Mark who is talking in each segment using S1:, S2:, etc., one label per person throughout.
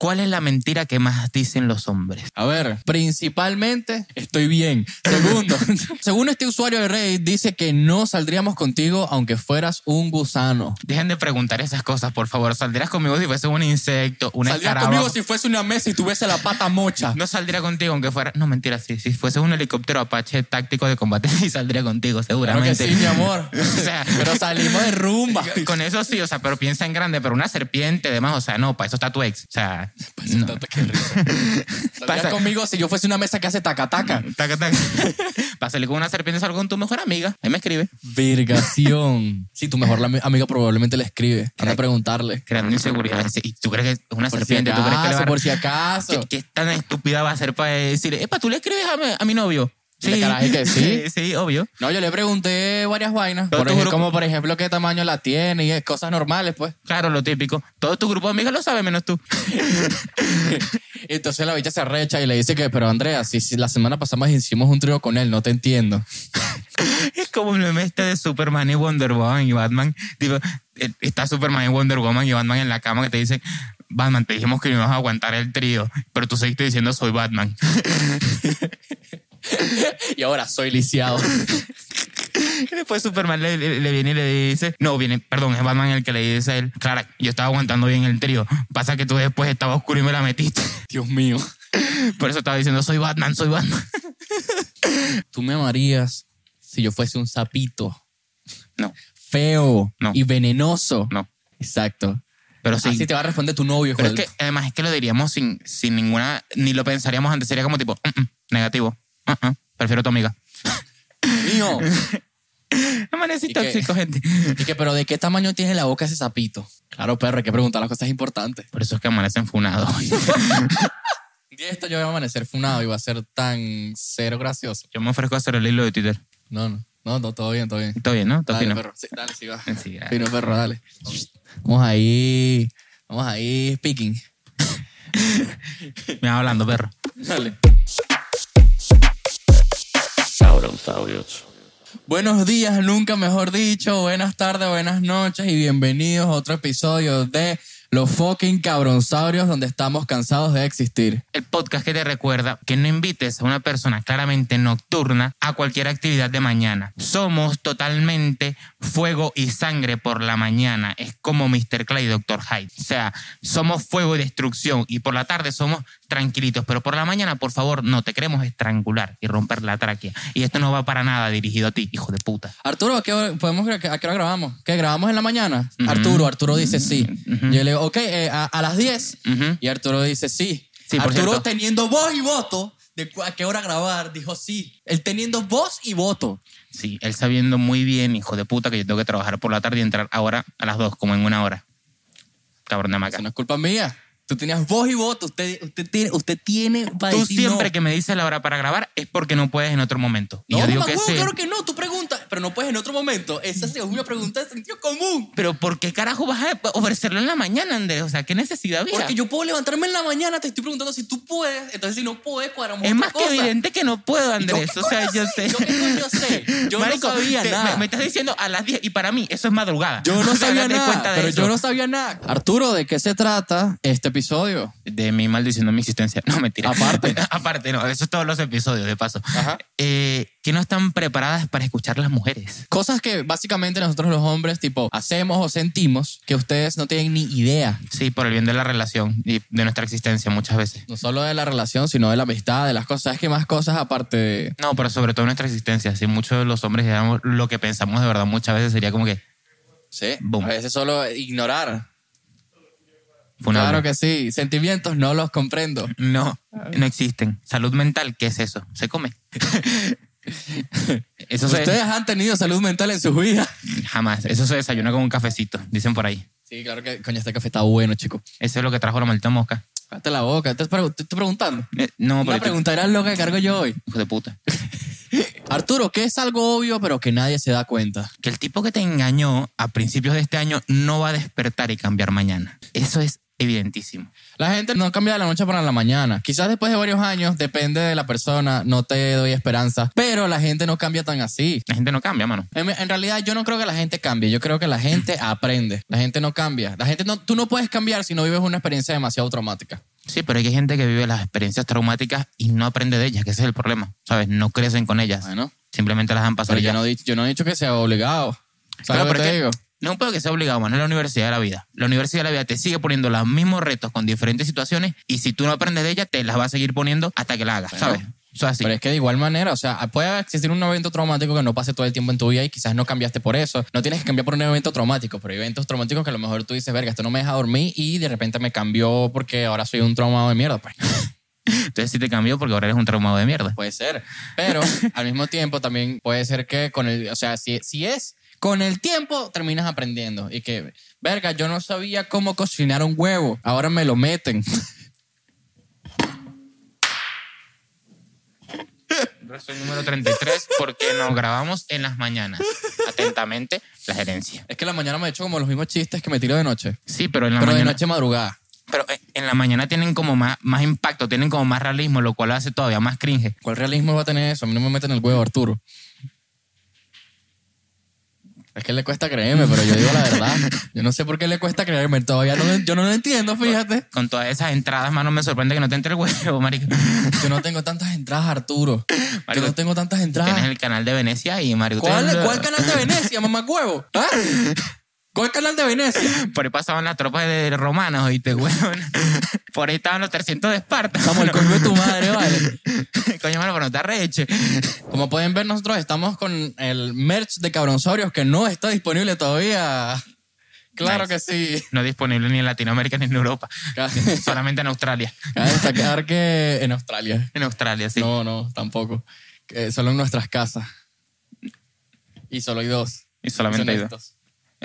S1: ¿Cuál es la mentira que más dicen los hombres?
S2: A ver, principalmente estoy bien. Segundo, según este usuario de Reddit, dice que no saldríamos contigo aunque fueras un gusano.
S1: Dejen de preguntar esas cosas, por favor. ¿Saldrías conmigo si fuese un insecto, un
S2: Saldría
S1: escarabajo?
S2: conmigo si fuese una mesa y tuviese la pata mocha.
S1: No saldría contigo aunque fuera... No, mentira, sí. Si fuese un helicóptero Apache táctico de combate, sí saldría contigo,
S2: Claro que
S1: seguramente.
S2: sí, mi amor.
S1: O sea, Pues,
S2: Pero salimos de rumba.
S1: con eso sí, o sea, pero piensa en grande, pero una serpiente, además, o sea, no, para eso está tu ex. O sea, no.
S2: Pues, Qué risa. Saldrías
S1: Pasa-
S2: conmigo si yo fuese una mesa que hace tacataca.
S1: Taca, taca. Para salir con una serpiente salgo con tu mejor amiga. Ahí me escribe.
S2: Virgación. Sí, tu mejor lami- amiga probablemente le escribe. Anda a preguntarle.
S1: Creando inseguridad. ¿Y tú crees que es una
S2: Ah, Por si
S1: serpiente? ¿Tú crees que le va
S2: acaso,
S1: a-
S2: por si acaso.
S1: ¿Qué, qué tan estúpida va a ser para decir, epa, tú le escribes a mi, a mi novio?
S2: Y la cara es que sí.
S1: sí, sí, obvio.
S2: No, yo le pregunté varias vainas.
S1: Todo
S2: Por
S1: tu
S2: ej-
S1: grupo-
S2: como por ejemplo qué tamaño la tiene y es- cosas normales, pues.
S1: Claro, lo típico. Todo tu grupo de amigas lo sabe, menos tú.
S2: Y entonces la bicha se arrecha y le dice que, pero Andrea, si, si la semana pasada hicimos un trío con él, no te entiendo.
S1: Es como el meme este de Superman y Wonder Woman y Batman. Tipo, eh, está Superman y Wonder Woman y Batman en la cama que te dicen, Batman, te dijimos que no ibas a aguantar el trío, pero tú seguiste diciendo soy Batman.
S2: Y ahora soy lisiado.
S1: Y después Superman le, le- le viene y le dice, no, viene, perdón, es Batman el que le dice a él, Clara, yo estaba aguantando bien el trío. Pasa que tú después estaba oscuro y me la metiste.
S2: Dios mío.
S1: Por eso estaba diciendo, soy Batman, soy Batman.
S2: Tú me amarías si yo fuese un sapito
S1: No,
S2: feo
S1: No.
S2: y venenoso.
S1: no.
S2: Exacto.
S1: Pero sí.
S2: Así te va a responder tu novio.
S1: pero es
S2: hijo
S1: que
S2: del-
S1: además es que lo diríamos sin, sin ninguna, ni lo pensaríamos antes, sería como tipo, "Mm, mm, negativo, Mm, mm, prefiero a tu amiga.
S2: mío.
S1: Amanecí
S2: ¿Y qué?
S1: tóxico, gente.
S2: Y que, pero ¿de qué tamaño tiene la boca ese sapito? Claro, perro, hay que preguntar las cosas importantes.
S1: Por eso es que amanecen funados.
S2: Un día esto yo voy a amanecer funado y va a ser tan cero gracioso.
S1: Yo me ofrezco a hacer el hilo de Twitter.
S2: No, no, no, no, todo bien, todo bien.
S1: Todo bien, ¿no? Todo
S2: Dale,
S1: fino.
S2: perro. Sí, dale, sí, va.
S1: Sí, ya.
S2: Fino, perro, dale. Vamos ahí. Vamos ahí, speaking.
S1: Me va hablando, perro.
S2: Dale.
S3: Sauron Saurios.
S2: Buenos días, nunca mejor dicho. Buenas tardes, buenas noches y bienvenidos a otro episodio de Los fucking cabronsaurios, donde estamos cansados de existir.
S1: El podcast que te recuerda que no invites a una persona claramente nocturna a cualquier actividad de mañana. Somos totalmente fuego y sangre por la mañana. Es como Mr. Clay y Dr. Hyde. O sea, somos fuego y destrucción. Y por la tarde somos tranquilitos. Pero por la mañana, por favor, no te queremos estrangular y romper la tráquea. Y esto no va para nada dirigido a ti, hijo de puta.
S2: Arturo, ¿a qué hora, podemos, gra- a qué hora grabamos? ¿Qué grabamos en la mañana? Arturo, Arturo dice sí. Yo le digo, ok, eh, a, a las 10.
S1: Ujú.
S2: Y Arturo dice sí.
S1: Sí, por
S2: Arturo
S1: cierto.
S2: teniendo voz y voto de cu- a qué hora grabar, dijo sí. Él teniendo voz y voto.
S1: Sí, él sabiendo muy bien, hijo de puta, que yo tengo que trabajar por la tarde y entrar ahora a las dos, como en una hora. Cabrón de hamaca.
S2: Eso no es culpa mía. Tú tenías voz y voto. Usted, usted tiene, usted tiene para
S1: Tú
S2: decir
S1: siempre
S2: no.
S1: que me dices la hora para grabar es porque no puedes en otro momento. Y
S2: No,
S1: yo digo
S2: mamá,
S1: que
S2: huevo,
S1: sí.
S2: claro que no. Tú preguntas, pero no puedes en otro momento. Esa es una pregunta de sentido común.
S1: Pero ¿por qué carajo vas a ofrecerlo en la mañana, Andrés? O sea, ¿qué necesidad había?
S2: Porque yo puedo levantarme en la mañana, te estoy preguntando si tú puedes. Entonces, si no puedes, cuadramos
S1: es
S2: otra
S1: más que
S2: cosa.
S1: evidente que no puedo, Andrés.
S2: qué
S1: o sea,
S2: coño
S1: yo sé.
S2: sé? ¿Yo qué coño sé? Yo no sabía
S1: te-
S2: nada.
S1: Me, me estás diciendo a las 10 y para mí eso es madrugada.
S2: Yo no
S1: O sea,
S2: sabía
S1: date cuenta
S2: nada,
S1: de
S2: pero
S1: eso.
S2: yo no sabía nada. Arturo, ¿de qué se trata este episodio?
S1: De mí maldiciendo mi existencia. No, mentira.
S2: Aparte.
S1: Aparte, no. Eso es todos los episodios, de paso.
S2: Ajá.
S1: Eh, que no están preparadas para escuchar las mujeres.
S2: Cosas que básicamente nosotros los hombres, tipo, hacemos o sentimos que ustedes no tienen ni idea.
S1: Sí, por el bien de la relación y de nuestra existencia muchas veces.
S2: No solo de la relación, sino de la amistad, de las cosas. ¿Sabes qué más cosas aparte de...
S1: No, pero sobre todo nuestra existencia. Si muchos de los hombres digamos, lo que pensamos de verdad muchas veces sería como que
S2: Sí.
S1: Boom.
S2: A veces solo ignorar.
S1: funable.
S2: Claro que sí. Sentimientos no los comprendo.
S1: No, no existen. Salud mental, ¿qué es eso? Se come. eso se,
S2: Ustedes han tenido salud mental en sus vidas.
S1: jamás. Eso se desayuna con un cafecito, dicen por ahí.
S2: Sí, claro que... Coño, este café está bueno, chico.
S1: Eso es lo que trajo la maldita mosca.
S2: Cállate la boca. Te estoy te estoy preguntando.
S1: Eh, no, pero
S2: Una
S1: yo-
S2: pregunta era loca que cargo yo hoy.
S1: hijo de puta.
S2: Arturo, ¿qué es algo obvio pero que nadie se da cuenta?
S1: Que el tipo que te engañó a principios de este año no va a despertar y cambiar mañana. Eso es evidentísimo.
S2: La gente no cambia de la noche para la mañana. Quizás después de varios años, depende de la persona, no te doy esperanza, pero la gente no cambia tan así.
S1: La gente no cambia, mano.
S2: En, en realidad yo no creo que la gente cambie, yo creo que la gente aprende, la gente no cambia, la gente no, tú no puedes cambiar si no vives una experiencia demasiado traumática.
S1: Sí, pero hay gente que vive las experiencias traumáticas y no aprende de ellas, que ese es el problema, ¿sabes? No crecen con ellas.
S2: Bueno,
S1: Simplemente las han pasado
S2: pero
S1: y
S2: yo
S1: ya.
S2: no, he dicho- yo no he dicho que sea obligado. ¿Sabes
S1: Claro,
S2: lo que
S1: pero es
S2: te
S1: que
S2: digo?
S1: No puedo que sea obligado, mano. Es la universidad de la vida. La universidad de la vida te sigue poniendo los mismos retos con diferentes situaciones y si tú no aprendes de ellas, te las va a seguir poniendo hasta que la hagas,
S2: Bueno,
S1: ¿sabes? Eso es así.
S2: Pero es que de igual manera, o sea, puede existir un evento traumático que no pase todo el tiempo en tu vida y quizás no cambiaste por eso. No tienes que cambiar por un evento traumático, pero hay eventos traumáticos que a lo mejor tú dices, verga, esto no me deja dormir y de repente me cambió porque ahora soy un traumado de mierda. Pues
S1: Entonces sí te cambió porque ahora eres un traumado de mierda.
S2: puede ser. Pero al mismo tiempo también puede ser que con el, o sea, si, si es, con el tiempo terminas aprendiendo y que, verga, yo no sabía cómo cocinar un huevo, ahora me lo meten.
S1: Razón número 33, porque nos grabamos en las mañanas. Atentamente, la gerencia.
S2: Es que en la mañana me he hecho como los mismos chistes que me tiro de noche,
S1: Sí, pero en la
S2: pero de
S1: mañana...
S2: noche madrugada.
S1: Pero eh, en la mañana tienen como más, más impacto, tienen como más realismo, lo cual hace todavía más cringe.
S2: ¿Cuál realismo va a tener eso? A mí no me meten el huevo, Arturo. Es que le cuesta creerme, pero yo digo la verdad. Yo no sé por qué le cuesta creerme. Todavía no, yo no lo entiendo, fíjate.
S1: Con todas esas entradas, mano, me sorprende que no te entre el huevo, marico.
S2: Yo no tengo tantas entradas, Arturo. Yo
S1: Marico,
S2: no tengo tantas
S1: Tienes
S2: entradas.
S1: el canal de Venecia y marico...
S2: ¿Cuál,
S1: ustedes-
S2: cuál canal de Venecia, mamá huevo? ¿Ah? ¿Cuál canal de Venecia?
S1: Por ahí pasaban las tropas de romanos, y te huevón. Por ahí estaban los 300 de Esparta.
S2: Como
S1: mano.
S2: el coño de tu madre, vale.
S1: Coño, mano, pero no te arreche.
S2: Como pueden ver, nosotros estamos con el merch de Cabronsaurios que no está disponible todavía. Claro
S1: Nice.
S2: que sí.
S1: No disponible ni en Latinoamérica ni en Europa.
S2: Ca-
S1: Solamente en Australia.
S2: Cabe destacar que en Australia.
S1: En Australia, sí.
S2: No, no, tampoco. Que solo en nuestras casas. Y solo hay dos.
S1: y solamente
S2: Son
S1: hay dos.
S2: estos.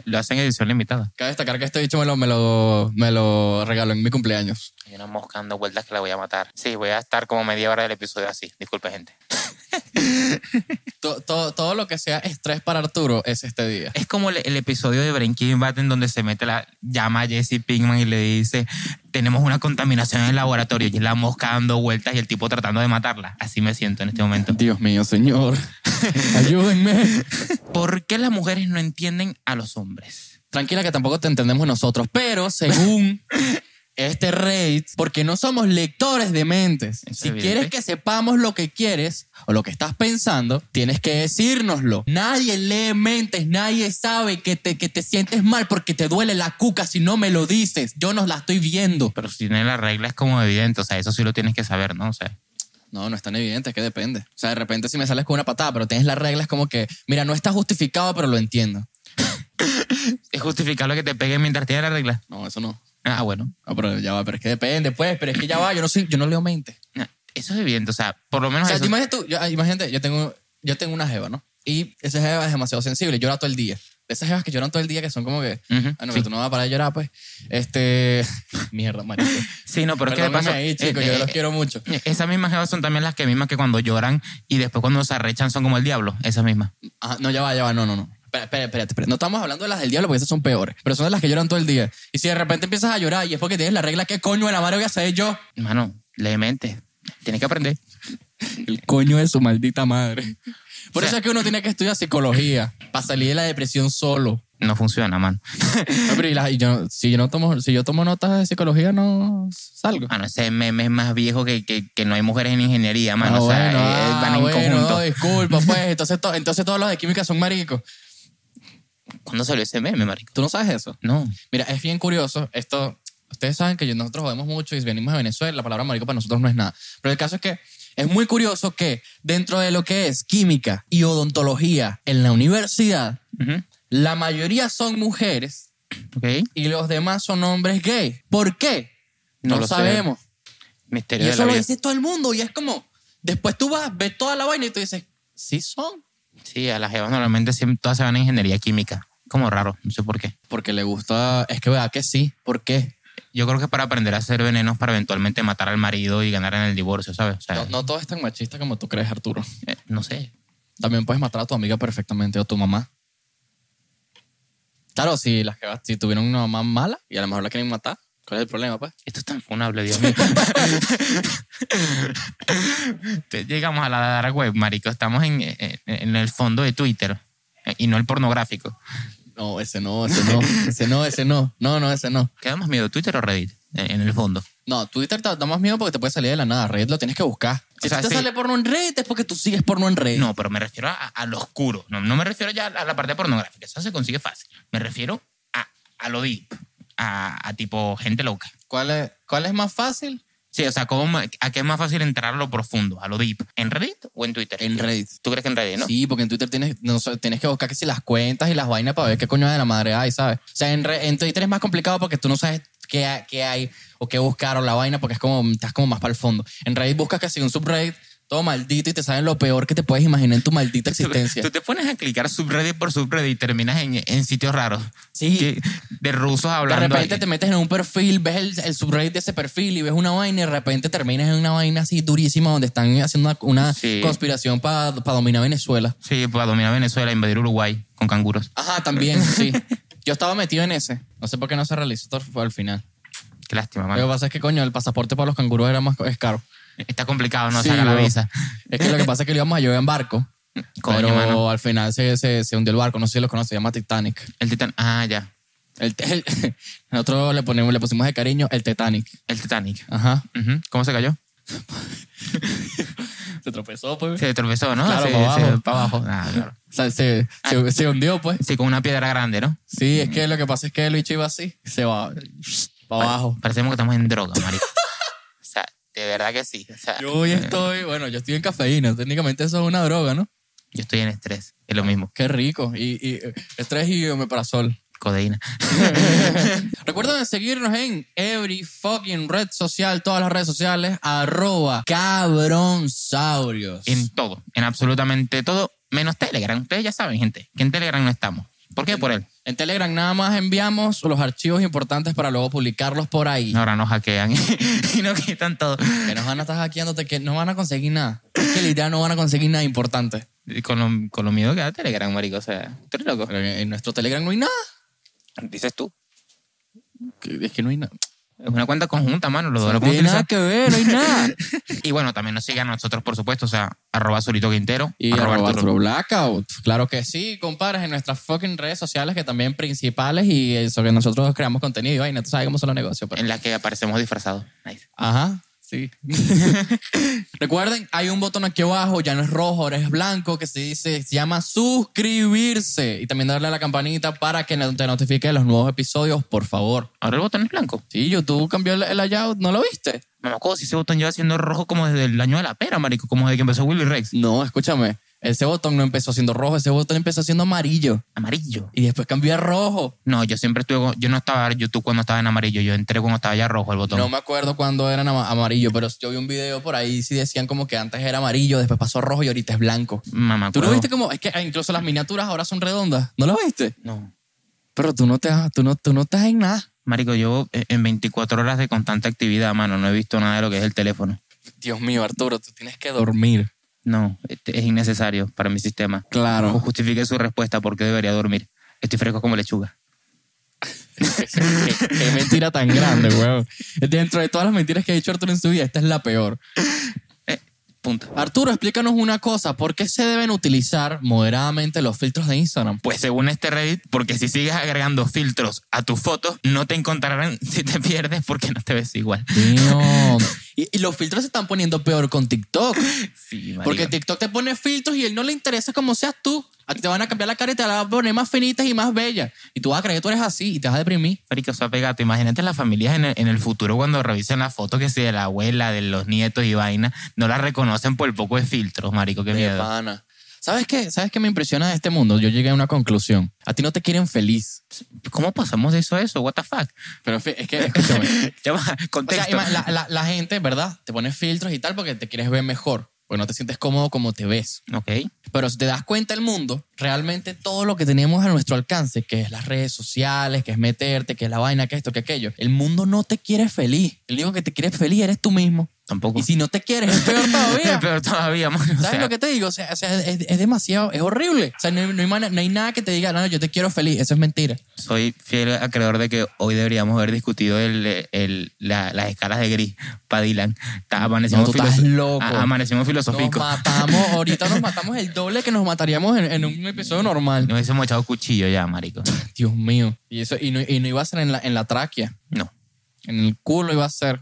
S1: Lo hacen edición limitada.
S2: Cabe destacar que este bicho me lo, me lo, me lo regaló en mi cumpleaños.
S1: Hay una mosca dando vueltas que la voy a matar. Sí, voy a estar como media hora del episodio así. Disculpe, gente.
S2: To- to- todo lo que sea estrés para Arturo es este día.
S1: Es como el, el episodio de Breaking Bad en donde se mete la llama a Jesse Pinkman y le dice, tenemos una contaminación en el laboratorio y es la mosca dando vueltas y el tipo tratando de matarla. Así me siento en este momento.
S2: Dios mío, señor. Ayúdenme.
S1: ¿Por qué las mujeres no entienden a los hombres?
S2: Tranquila que tampoco te entendemos nosotros, pero según este rate, porque no somos lectores de mentes.
S1: Es
S2: si
S1: evidente.
S2: quieres que sepamos lo que quieres o lo que estás pensando, tienes que decírnoslo. Nadie lee mentes, nadie sabe que te, que te sientes mal porque te duele la cuca si no me lo dices. Yo no la estoy viendo.
S1: Pero si tienen la regla es como evidente, o sea, eso sí lo tienes que saber, ¿no? O sea,
S2: No, no es tan evidente, es que depende. O sea, de repente si me sales con una patada, pero tienes la regla, es como que, mira, no está justificado, pero lo entiendo.
S1: es justificable que te peguen mientras tienes la regla.
S2: No, eso no.
S1: Ah, bueno.
S2: No, pero ya va, pero es que depende, pues, pero es que ya va, yo no, soy, yo no leo mentes.
S1: Ah, Eso es evidente, o sea, por lo menos
S2: O sea,
S1: eso-
S2: te imaginas tú, yo, ah, imagínate, yo tengo, yo tengo una jeva, ¿no? Y esa jeva es demasiado sensible, llora todo el día. De esas jevas que lloran todo el día, que son como que,
S1: Ujú,
S2: ah,
S1: sí.
S2: no, pero tú no vas a parar de llorar, pues. Este, mierda, marico.
S1: Sí, no, pero es que de
S2: Perdóname
S1: paso...
S2: ahí, chicos,
S1: eh,
S2: yo
S1: eh,
S2: los quiero mucho.
S1: eh, Esas mismas jevas son también las que mismas que cuando lloran y después cuando se arrechan son como el diablo, esas mismas.
S2: Ajá, Ah, no, ya va, ya va, no, no, no. Espera, espera, espérate, espérate. No estamos hablando de las del diablo porque esas son peores, pero son de las que lloran todo el día. Y si de repente empiezas a llorar y es porque tienes la regla, ¿qué coño de la madre voy a hacer yo?
S1: Mano, lee mente. Tienes que aprender.
S2: El coño de su maldita madre. Por
S1: O sea-
S2: eso es que uno tiene que estudiar psicología para salir de la depresión solo.
S1: No funciona, mano.
S2: No, pero y las- y yo- si, yo no tomo, si yo tomo notas de psicología, no salgo.
S1: Mano, ese meme es más viejo que, que, que no hay mujeres en ingeniería, mano.
S2: Ah,
S1: o sea,
S2: bueno,
S1: eh,
S2: ah,
S1: van en
S2: bueno,
S1: conjunto.
S2: disculpa, pues. Entonces, to- entonces todos los de química son maricos.
S1: ¿Cuándo salió ese meme, marico?
S2: ¿Tú no sabes eso?
S1: No.
S2: Mira, es bien curioso. Esto, ustedes saben que yo- nosotros jodemos mucho y venimos de Venezuela. La palabra marico para nosotros no es nada. Pero el caso es que es muy curioso que dentro de lo que es química y odontología en la universidad,
S1: Ujú,
S2: la mayoría son mujeres
S1: Ok.
S2: y los demás son hombres gays. ¿Por qué?
S1: No
S2: No,
S1: lo sé.
S2: sabemos.
S1: Misterio
S2: Y
S1: de la
S2: eso lo
S1: vida.
S2: dice todo el mundo. Y es como, después tú vas, ves toda la vaina y tú dices, sí son.
S1: Sí, a las jevas normalmente siempre, todas se van a ingeniería química. Como raro, no sé por qué.
S2: Porque le gusta, es que verdad que sí. ¿Por qué?
S1: Yo creo que es para aprender a hacer venenos para eventualmente matar al marido y ganar en el divorcio, ¿sabes? O sea,
S2: No, no todo es tan machista como tú crees, Arturo.
S1: eh, no sé.
S2: También puedes matar a tu amiga perfectamente o a tu mamá. Claro, si las que si tuvieron una mamá mala y a lo mejor la quieren matar, ¿Cuál es el problema, pues?
S1: Esto es tan funable, Dios mío. Te- Llegamos a la dark web, marico. Estamos en, en- en el fondo de Twitter eh, y no el pornográfico.
S2: No, ese no, ese no, ese no, ese no. No, no, ese no.
S1: ¿Qué da más miedo, Twitter o Reddit? En, en el fondo.
S2: No, Twitter te da más miedo porque te puede salir de la nada. Reddit lo tienes que buscar. Si
S1: O sea,
S2: a ti
S1: sí.
S2: te sale porno en Reddit es porque tú sigues porno en Reddit.
S1: No, pero me refiero a, a lo oscuro. No, no me refiero ya a la parte pornográfica. Eso se consigue fácil. Me refiero a, a lo deep, a, a tipo gente loca.
S2: ¿Cuál, es, ¿Cuál es más fácil?
S1: Sí, o sea, ¿cómo, ma- ¿a qué es más fácil entrar a lo profundo? ¿A lo deep? ¿En Reddit o en Twitter?
S2: En Reddit.
S1: ¿Tú crees que en Reddit, no?
S2: Sí, porque en Twitter tienes, no sé, tienes que buscar que si las cuentas y las vainas para ver qué coño de la madre hay, ¿sabes? O sea, en, re- en Twitter es más complicado porque tú no sabes qué, ha- qué hay o qué buscar o la vaina porque es como, estás como más para el fondo. En Reddit buscas que si un subreddit todo maldito y te saben lo peor que te puedes imaginar en tu maldita existencia.
S1: Tú te pones a clicar subreddit por subreddit y terminas en, en sitios raros.
S2: Sí.
S1: Que- de rusos
S2: De
S1: hablando.
S2: repente
S1: ahí.
S2: te metes en un perfil, ves el, el subreddit de ese perfil y ves una vaina y de repente terminas en una vaina así durísima donde están haciendo una, una
S1: Sí.
S2: conspiración para dominar Venezuela.
S1: Sí, para dominar Venezuela, invadir Uruguay con canguros.
S2: Ajá, también, sí. Yo estaba metido en ese. No sé por qué no se realizó todo al final.
S1: Qué lástima,
S2: Lo
S1: mano.
S2: que pasa es que, coño, el pasaporte para los canguros era más es caro.
S1: Está complicado no
S2: Sí,
S1: sacar la
S2: bro.
S1: visa.
S2: Es que lo que pasa es que lo íbamos a llevar en barco.
S1: Coño,
S2: pero
S1: mano.
S2: al final se, se, se hundió el barco. No sé si los conoce, se llama Titanic.
S1: El titán. Ah, ya.
S2: El, el- nosotros le, ponemos, le pusimos de cariño el Titanic.
S1: El Titanic.
S2: Ajá.
S1: Ujú. ¿Cómo se cayó?
S2: Se tropezó, pues.
S1: Se tropezó, ¿no?
S2: Claro,
S1: Se-
S2: para
S1: se-
S2: abajo.
S1: para abajo. Ah, claro.
S2: O sea, se, se, se hundió, pues.
S1: Sí, con una piedra grande, ¿no?
S2: Sí, es que lo que pasa es que el bicho iba así. Se va para abajo.
S1: Parecemos que estamos en droga, marico. o sea, de verdad que sí. O sea,
S2: Yo hoy estoy, bueno, yo estoy en cafeína. Técnicamente eso es una droga, ¿no?
S1: yo estoy en estrés. Es lo mismo.
S2: Qué rico. Y, y eh, estrés y omeprazol.
S1: Codeína.
S2: Recuerden seguirnos en every fucking red social, todas las redes sociales, arroba cabronsaurios.
S1: En todo, en absolutamente todo, menos Telegram. Ustedes ya saben, gente, que en Telegram no estamos. ¿Por qué? Por él.
S2: En Telegram nada más enviamos los archivos importantes para luego publicarlos por ahí.
S1: Ahora nos hackean y nos quitan todo.
S2: Que nos van a estar hackeándote, que no van a conseguir nada. Es que literal no van a conseguir nada importante.
S1: Y Con lo, con lo miedo que da Telegram, marico. O sea, tú eres loco.
S2: Pero en en nuestro Telegram no hay nada.
S1: Dices tú.
S2: Que- Es que no hay nada.
S1: Es una cuenta conjunta, mano. Lo, lo
S2: No
S1: podemos
S2: tiene nada
S1: utilizar.
S2: que ver, no hay nada.
S1: Y bueno, también nos sigan a nosotros, por supuesto. O sea, arroba solito quintero.
S2: Y
S1: arroba
S2: arroba
S1: Arturo.
S2: Arturo Blackout. Claro que sí, compadres, en nuestras fucking redes sociales que también principales y eh, sobre nosotros creamos contenido y vaina, tú sabes cómo son los negocios. pero-
S1: En la que aparecemos disfrazados. Nice.
S2: Ajá, sí. Recuerden, hay un botón aquí abajo, ya no es rojo, ahora es blanco, que se dice, se llama suscribirse y también darle a la campanita para que no- te notifique de los nuevos episodios, por favor.
S1: Ahora el botón es blanco.
S2: Sí, YouTube cambió el, el layout, ¿no lo viste?
S1: No me acuerdo si ese botón lleva siendo rojo como desde el año de la pera, marico. Como desde que empezó Willy Rex.
S2: No, escúchame, ese botón no empezó siendo rojo, ese botón empezó siendo amarillo
S1: Amarillo.
S2: y después cambió a rojo.
S1: No, yo siempre estuve. con- Yo no estaba en YouTube cuando estaba en amarillo. Yo entré cuando estaba ya rojo el botón.
S2: No me acuerdo cuándo eran ama- amarillo, pero yo vi un video por ahí sí decían como que antes era amarillo, después pasó a rojo y ahorita es blanco.
S1: Mamá,
S2: ¿Tú no
S1: huevo.
S2: viste como es que incluso las miniaturas ahora son redondas? ¿No lo viste?
S1: No.
S2: Pero tú no te has- tú no tú no estás en nada.
S1: Marico, yo eh, en 24 horas de constante actividad, mano, no he visto nada de lo que es el teléfono.
S2: Dios mío, Arturo, tú tienes que dormir.
S1: No, este, es innecesario para mi sistema.
S2: Claro.
S1: Justifique su respuesta porque debería dormir. Estoy fresco como lechuga.
S2: qué, qué mentira tan grande, weón. Dentro de todas las mentiras que ha dicho Arturo en su vida, esta es la peor.
S1: Punto.
S2: Arturo, explícanos una cosa, ¿por qué se deben utilizar moderadamente los filtros de Instagram?
S1: Pues según este Reddit, porque si sigues agregando filtros a tus fotos, no te encontrarán si te pierdes porque no te ves igual.
S2: Dios. Y, y los filtros se están poniendo peor con TikTok.
S1: Sí, marico.
S2: Porque TikTok te pone filtros y él no le interesa como seas tú. A ti te van a cambiar la cara y te la van a poner más finitas y más bella. Y tú vas a creer que tú eres así y te vas a deprimir.
S1: Marico, eso ha pegado. Imagínate las familias en el, en el futuro cuando revisen las fotos que si de la abuela, de los nietos y vaina, no las reconocen por el poco de filtros, marico, qué
S2: De
S1: miedo.
S2: pana. ¿Sabes qué? ¿Sabes qué me impresiona de este mundo? Yo llegué a una conclusión. A ti no te quieren feliz.
S1: ¿Cómo pasamos de eso a eso? What the fuck?
S2: Pero en fin, es que, escúchame.
S1: Ya va,
S2: O sea,
S1: contexto.
S2: ima- la, la- la gente, ¿verdad? Te pones filtros y tal porque te quieres ver mejor. Porque no te sientes cómodo como te ves.
S1: ok.
S2: Pero si te das cuenta el mundo, realmente todo lo que tenemos a nuestro alcance, que es las redes sociales, que es meterte, que es la vaina, que esto, que aquello, el mundo no te quiere feliz. El único que te quiere feliz eres tú mismo.
S1: Tampoco.
S2: Y si no te quieres, es peor todavía.
S1: Peor todavía, mano, o
S2: ¿Sabes
S1: sea,
S2: lo que te digo? O sea, o sea, es, es demasiado, es horrible. O sea, no, hay- no hay, mana- no hay nada que te diga, no, no, yo te quiero feliz. Eso es mentira.
S1: soy fiel acreedor de que hoy deberíamos haber discutido el, el- la- las escalas de gris para Dylan. Ta- Amanecimos,
S2: No, tú estás
S1: filoso-
S2: loco.
S1: a- amanecimos
S2: Nos
S1: filosóficos.
S2: matamos, ahorita nos matamos el doble que nos mataríamos en, en un episodio normal.
S1: Nos hubiésemos echado cuchillo ya, marico.
S2: Dios mío. Y eso, y no, y no iba a ser en la, en la tráquea,
S1: No.
S2: en el culo iba a ser.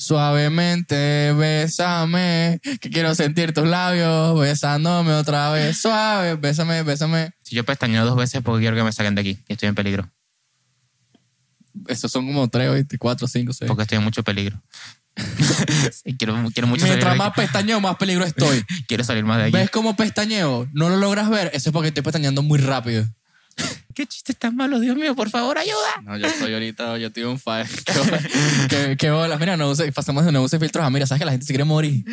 S2: Suavemente, bésame, que quiero sentir tus labios besándome otra vez. Suave, bésame, bésame.
S1: Si yo pestañeo dos veces porque quiero que me saquen de aquí. Y estoy en peligro.
S2: Esos son como tres, ¿oíste? cuatro, cinco, seis.
S1: Porque estoy en mucho peligro. Sí, quiero, quiero mucho salir de
S2: Mientras
S1: aquí.
S2: más pestañeo, más peligro estoy.
S1: Quiero salir más de aquí.
S2: ¿Ves cómo pestañeo? ¿No lo logras ver? Eso es porque estoy pestañeando muy rápido.
S1: ¿Qué chistes tan malos? Dios mío, por favor, ayuda.
S2: No, yo estoy ahorita, yo estoy un fire. ¿Qué, qué bolas? Mira, no use, pasamos de no use filtros a Ah, mira, sabes que la gente se quiere morir.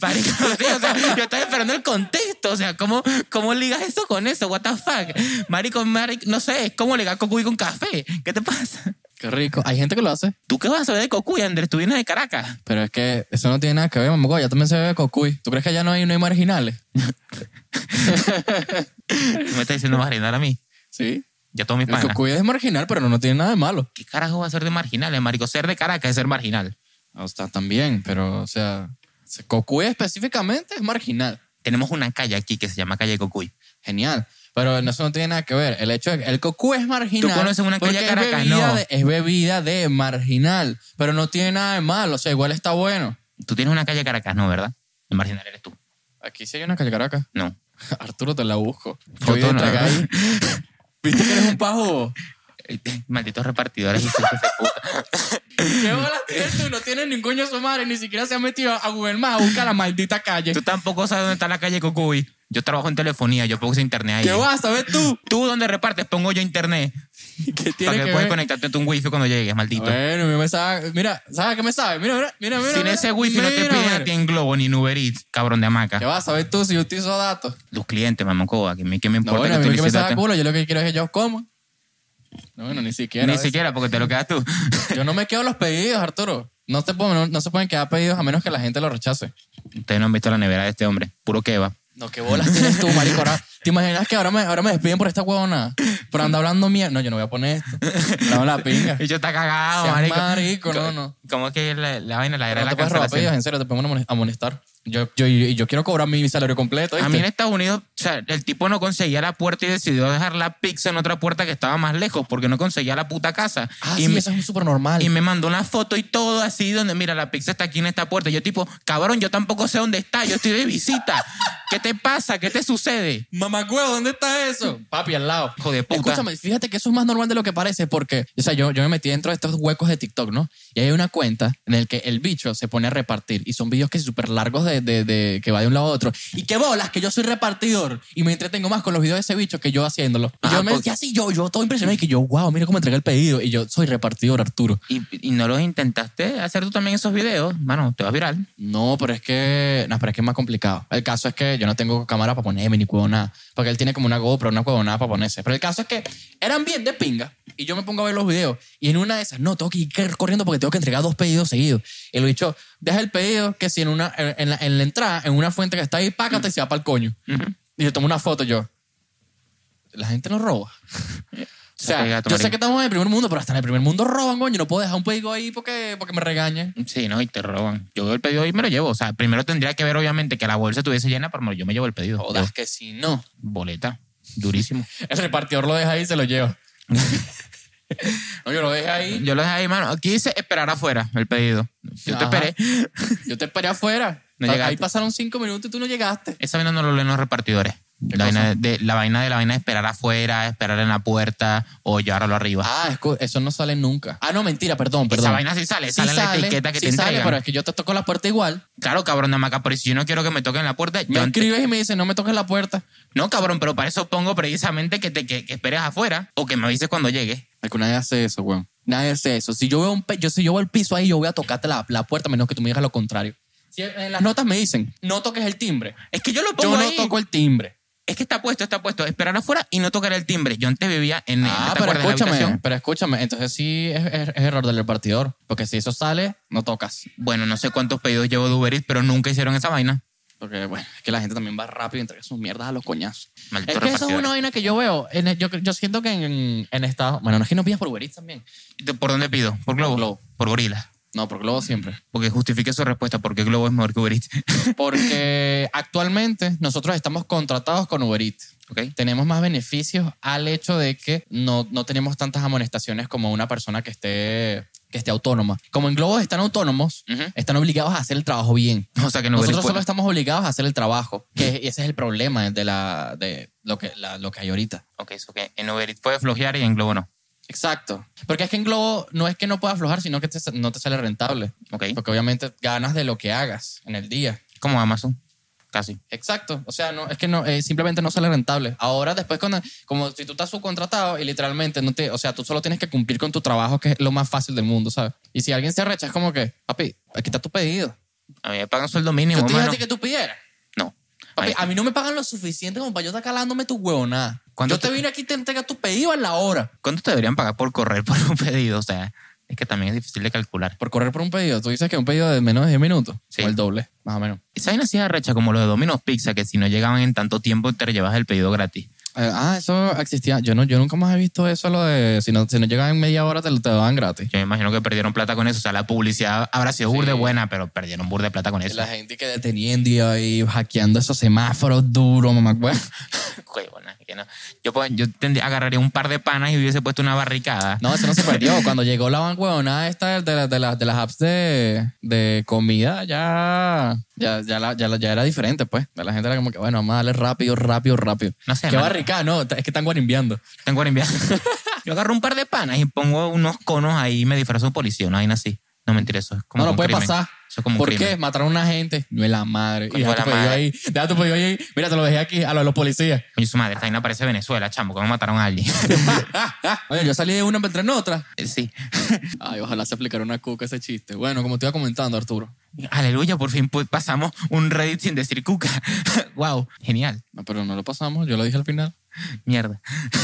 S1: Marico, sí, o sea, yo estaba esperando el contexto. O sea, ¿cómo, ¿cómo ligas eso con eso? What the fuck? Marico, marico no sé, es como ligar cocuy con café. ¿Qué te pasa?
S2: Qué rico. Hay gente que lo hace,
S1: ¿Tú qué vas a saber de cocuy, Andrés? Tú vienes de Caracas.
S2: pero es que eso no tiene nada que ver, mamá. Ya también se bebe cocuy. ¿Tú crees que allá no hay, no hay marginales?
S1: Tú me estás diciendo marginal a mí.
S2: Sí.
S1: Ya todos mis
S2: El
S1: panas.
S2: cocuy es marginal, pero no, no tiene nada de malo.
S1: ¿Qué carajo va a ser de marginales, marico? Ser de Caracas es ser marginal.
S2: O sea, también, pero, o sea, cocuy específicamente es marginal.
S1: Tenemos una calle aquí que se llama calle Cocuy.
S2: Genial. Pero no, eso no tiene nada que ver. El hecho de que el cocú es marginal.
S1: Tú conoces una calle
S2: porque es
S1: Caracas,
S2: bebida
S1: no.
S2: de- es bebida de marginal. Pero no tiene nada de malo. O sea, igual está bueno.
S1: Tú tienes una calle Caracas, ¿no, verdad? El marginal eres tú.
S2: Aquí sí hay una calle Caracas.
S1: No.
S2: Arturo, te la busco.
S1: Foto
S2: Yo voy a
S1: no.
S2: entregar ahí. ¿Viste que eres un pajo?
S1: Malditos repartidores. hijos de puta.
S2: ¿Qué bolas tienes tú? No tienes ningún coño su madre. Ni siquiera se ha metido a Google Maps a buscar la maldita calle.
S1: Tú tampoco sabes dónde está la calle Cocuy. Yo trabajo en telefonía, yo puse internet ahí.
S2: ¿Qué vas a ver tú?
S1: Tú donde repartes pongo yo internet
S2: ¿Qué
S1: para
S2: tiene
S1: que,
S2: que
S1: puedas
S2: ver?
S1: conectarte a un wifi cuando llegues, maldito.
S2: Bueno, mi me sabe. Mira, ¿sabes qué me sabe? Mira, mira, mira. mira
S1: Sin
S2: mira,
S1: ese wifi no te
S2: mira,
S1: piden
S2: mira.
S1: a ti en Globo ni en Uber Eats, cabrón de
S2: ¿Qué
S1: hamaca.
S2: vas a ver tú si yo utilizo datos?
S1: Los clientes, mamón, coba, que me, que me
S2: No,
S1: importa
S2: bueno, a
S1: que tú
S2: mí lo que me saca
S1: licitaste?
S2: culo, yo lo que quiero es que ellos coman. No, bueno, ni siquiera.
S1: Ni
S2: ¿ves?
S1: siquiera, porque te lo quedas tú.
S2: Yo no me quedo los pedidos, Arturo. No, te puedo- no, no se pueden quedar pedidos a menos que la gente los rechace.
S1: Ustedes no han visto la nevera de este hombre, puro kebab.
S2: No, qué bolas tienes tú, marico. Ahora, ¿Te imaginas que ahora me, ahora me despiden por esta huevona? Por andar hablando mierda. No, yo no voy a poner esto. No, la pinga.
S1: Y yo está cagado,
S2: Seas
S1: marico.
S2: marico, no, no.
S1: ¿Cómo es que la, la vaina la era
S2: Ahora
S1: la
S2: te puedes robar pedidos,
S1: cancelación?
S2: en serio, te pongo a amone- a amonestar. Yo, yo, y yo quiero cobrar mi salario completo.
S1: A
S2: ¿viste?
S1: mí en Estados Unidos, o sea, el tipo no conseguía la puerta y decidió dejar la pizza en otra puerta que estaba más lejos porque no conseguía la puta casa.
S2: Ah,
S1: y
S2: sí,
S1: me-
S2: eso es súper normal.
S1: Y me mandó una foto y todo así, donde mira, la pizza está aquí en esta puerta. Yo, tipo, cabrón, yo tampoco sé dónde está, yo estoy de visita. ¿Qué te pasa? ¿Qué te sucede?
S2: Mamagüeo, ¿dónde está eso? Papi, al lado.
S1: Hijo de puta.
S2: Mm. Escúchame, fíjate que eso es más normal de lo que parece porque, o sea, yo, yo me metí dentro de estos huecos de TikTok, ¿no? Y hay una cuenta en el que el bicho se pone a repartir y son videos que súper largos de, de- de- que va de un lado a otro. Y qué bolas, que yo soy repartidor y me entretengo más con los videos de ese bicho que yo haciéndolo. Y
S1: Ah,
S2: yo me
S1: porque-
S2: decía así, yo, yo todo impresionado y que yo, wow, mira cómo entregué el pedido. Y yo soy repartidor, Arturo.
S1: ¿Y, y no los intentaste hacer tú también esos videos? Mano, te vas viral.
S2: No, pero es que. No, pero es que es más complicado. El caso es que yo no tengo cámara para ponerme ni nada. Porque él tiene como una GoPro, una nada para ponerse. Pero el caso es que eran bien de pinga. Y yo me pongo a ver los videos. Y en una de esas, no, tengo que ir corriendo porque tengo que entregar dos pedidos seguidos. Y lo dicho, deja el pedido que si en una en en la, en la entrada, en una fuente que está ahí, pácate y se va para el coño. Y yo tomo una foto yo. La gente no roba. O sea,
S1: Saca el gato,
S2: yo sé
S1: marico.
S2: que estamos en el primer mundo, pero hasta en el primer mundo roban, coño. No puedo dejar un pedido ahí porque, porque me regañan.
S1: Sí, no, y te roban. Yo veo el pedido y me lo llevo. O sea, primero tendría que ver, obviamente, que la bolsa estuviese llena, pero yo me llevo el pedido.
S2: Jodas
S1: Yo,
S2: que si no.
S1: boleta. Durísimo.
S2: El repartidor lo deja ahí y se lo lleva. no, yo lo dejé ahí.
S1: Yo lo dejé ahí, mano. Quise esperar afuera el pedido. Yo te
S2: Ajá.
S1: esperé.
S2: Yo te esperé afuera.
S1: No
S2: ahí
S1: llegaste.
S2: pasaron cinco minutos y tú no llegaste.
S1: Esa vaina no lo leen los repartidores.
S2: ¿Qué
S1: La vaina
S2: cosa?
S1: de, la vaina de la vaina de esperar afuera, esperar en la puerta o llevarlo arriba.
S2: Ah, es co- eso no sale nunca. Ah, no, mentira, perdón, perdón.
S1: Esa vaina sí sale,
S2: Sí
S1: sale en la etiqueta que
S2: sí
S1: te
S2: sale,
S1: entregan.
S2: pero es que yo te toco la puerta igual.
S1: Claro, cabrón, nada más acá, pero si yo no quiero que me toquen la puerta,
S2: Me
S1: yo antes-
S2: escribes y me dices, no me toques la puerta.
S1: No, cabrón, pero para eso pongo precisamente que te que, que esperes afuera o que me avises cuando llegue.
S2: Es que nadie hace eso, weón. Nadie hace eso. Si yo veo un pe- yo, si yo veo el piso ahí, yo voy a tocarte la, la puerta, a menos que tú me digas lo eh, contrario. Si en las notas me dicen, no toques el timbre.
S1: Es que yo lo pongo
S2: Yo no
S1: ahí.
S2: toco el timbre.
S1: es que está puesto, está puesto, esperar afuera y no tocar el timbre. Yo antes vivía en... ¿no
S2: Ah,
S1: te acuerdas de
S2: pero
S1: la
S2: escúchame,
S1: habitación?
S2: pero escúchame. Entonces sí es, es- es error del repartidor. Porque si eso sale, no tocas.
S1: Bueno, no sé cuántos pedidos llevo de Uber Eats, pero nunca hicieron esa vaina.
S2: Porque, bueno, es que la gente también va rápido y entrega sus mierdas a los coñazos.
S1: Maldito
S2: Es que eso es
S1: repartidor.
S2: una vaina que yo veo. En- yo, yo siento que en, en Estados... Bueno, no es que no pidas por Uber Eats también.
S1: ¿De- ¿Por dónde pido? ¿Por Globo?
S2: Globo.
S1: Por Gorila.
S2: No, por Globo siempre.
S1: Porque justifique su respuesta, porque Globo es mejor que Uber Eats.
S2: Porque actualmente nosotros estamos contratados con Uber Eats.
S1: ¿Ok?
S2: Tenemos más beneficios al hecho de que no, no tenemos tantas amonestaciones como una persona que esté, que esté autónoma. Como en Globo están autónomos,
S1: Ujú.
S2: están obligados a hacer el trabajo bien.
S1: O sea que no Uber
S2: Nosotros
S1: Eats
S2: solo
S1: puede.
S2: estamos obligados a hacer el trabajo. Que ese es el problema de, la, de lo, que, la- lo que hay ahorita.
S1: Ok, eso que en Uber Eats puede flojear y en Globo no.
S2: Exacto. Porque es que en Globo no es que no puedas aflojar, sino que te sa- no te sale rentable.
S1: Ok.
S2: Porque obviamente ganas de lo que hagas en el día.
S1: Como Amazon. Casi.
S2: Exacto. O sea, no, es que no, eh, simplemente no sale rentable. Ahora, después, cuando, como si tú estás subcontratado y literalmente no te. O sea, tú solo tienes que cumplir con tu trabajo, que es lo más fácil del mundo, ¿sabes? Y si alguien se arrecha, es como que, papi, aquí está tu pedido.
S1: A mí me pagan sueldo
S2: Yo
S1: mínimo,
S2: te dije a
S1: mano.
S2: ti que tú pidieras.
S1: No.
S2: Papi,
S1: Ahí-
S2: a mí no me pagan lo suficiente como para yo estar calándome tu huevonada.
S1: ¿Cuánto
S2: Yo te
S1: te-
S2: vine aquí y te entrega tu pedido a la hora.
S1: ¿Cuánto te deberían pagar por correr por un pedido? O sea, es que también es difícil de calcular.
S2: Por correr por un pedido. Tú dices que un pedido de menos de 10 minutos.
S1: Sí.
S2: O el doble, más o menos.
S1: Esa vaina así es arrecha como lo de Domino's Pizza, que si no llegaban en tanto tiempo te llevas el pedido gratis.
S2: Eh, ah, eso existía. Yo no, yo nunca más he visto eso, lo de si no, si no llegan en media hora te lo te lo dan gratis.
S1: Yo me imagino que perdieron plata con eso. O sea, la publicidad habrá sido
S2: Sí.
S1: burde buena, pero perdieron burde plata con eso.
S2: La gente que deteniendo y ahí hackeando esos semáforos duros, mamá. güey.
S1: Huevona, que no. Yo, pues, yo tendría- agarraría un par de panas y hubiese puesto una barricada.
S2: No, eso no se perdió. Cuando llegó la van huevonada esta de, la- de, la- de las apps de, de comida, ya, ya, ya, la- ya, la- ya era diferente, pues. La gente era como que, bueno, vamos a darle rápido, rápido, rápido.
S1: No sé,
S2: Qué
S1: mano.
S2: barricada, no, es que están guarimbiando.
S1: Tengo que enviar. Yo agarro un par de panas y pongo unos conos ahí y me disfrazo de policía, una vaina así. No mentira, eso es como.
S2: No, no
S1: un
S2: puede
S1: crimen.
S2: pasar.
S1: Eso es como un
S2: ¿Por
S1: crimen.
S2: qué? Mataron a una gente. No es la madre. Y
S1: Coño,
S2: deja
S1: la
S2: tu pedido
S1: madre.
S2: ahí. Deja tu pedido ahí. Mira, te lo dejé aquí a los, a los policías.
S1: Coño, su madre, esta vaina parece Venezuela, chamo, como mataron a alguien.
S2: Oye, yo salí de una, pero entré en otra.
S1: sí.
S2: Ay, ojalá se aplicara una cuca ese chiste. Bueno, como te iba comentando, Arturo.
S1: Aleluya, por fin pu- pasamos un Reddit sin decir cuca. wow, genial.
S2: No, pero no lo pasamos, yo lo dije al final.
S1: Mierda.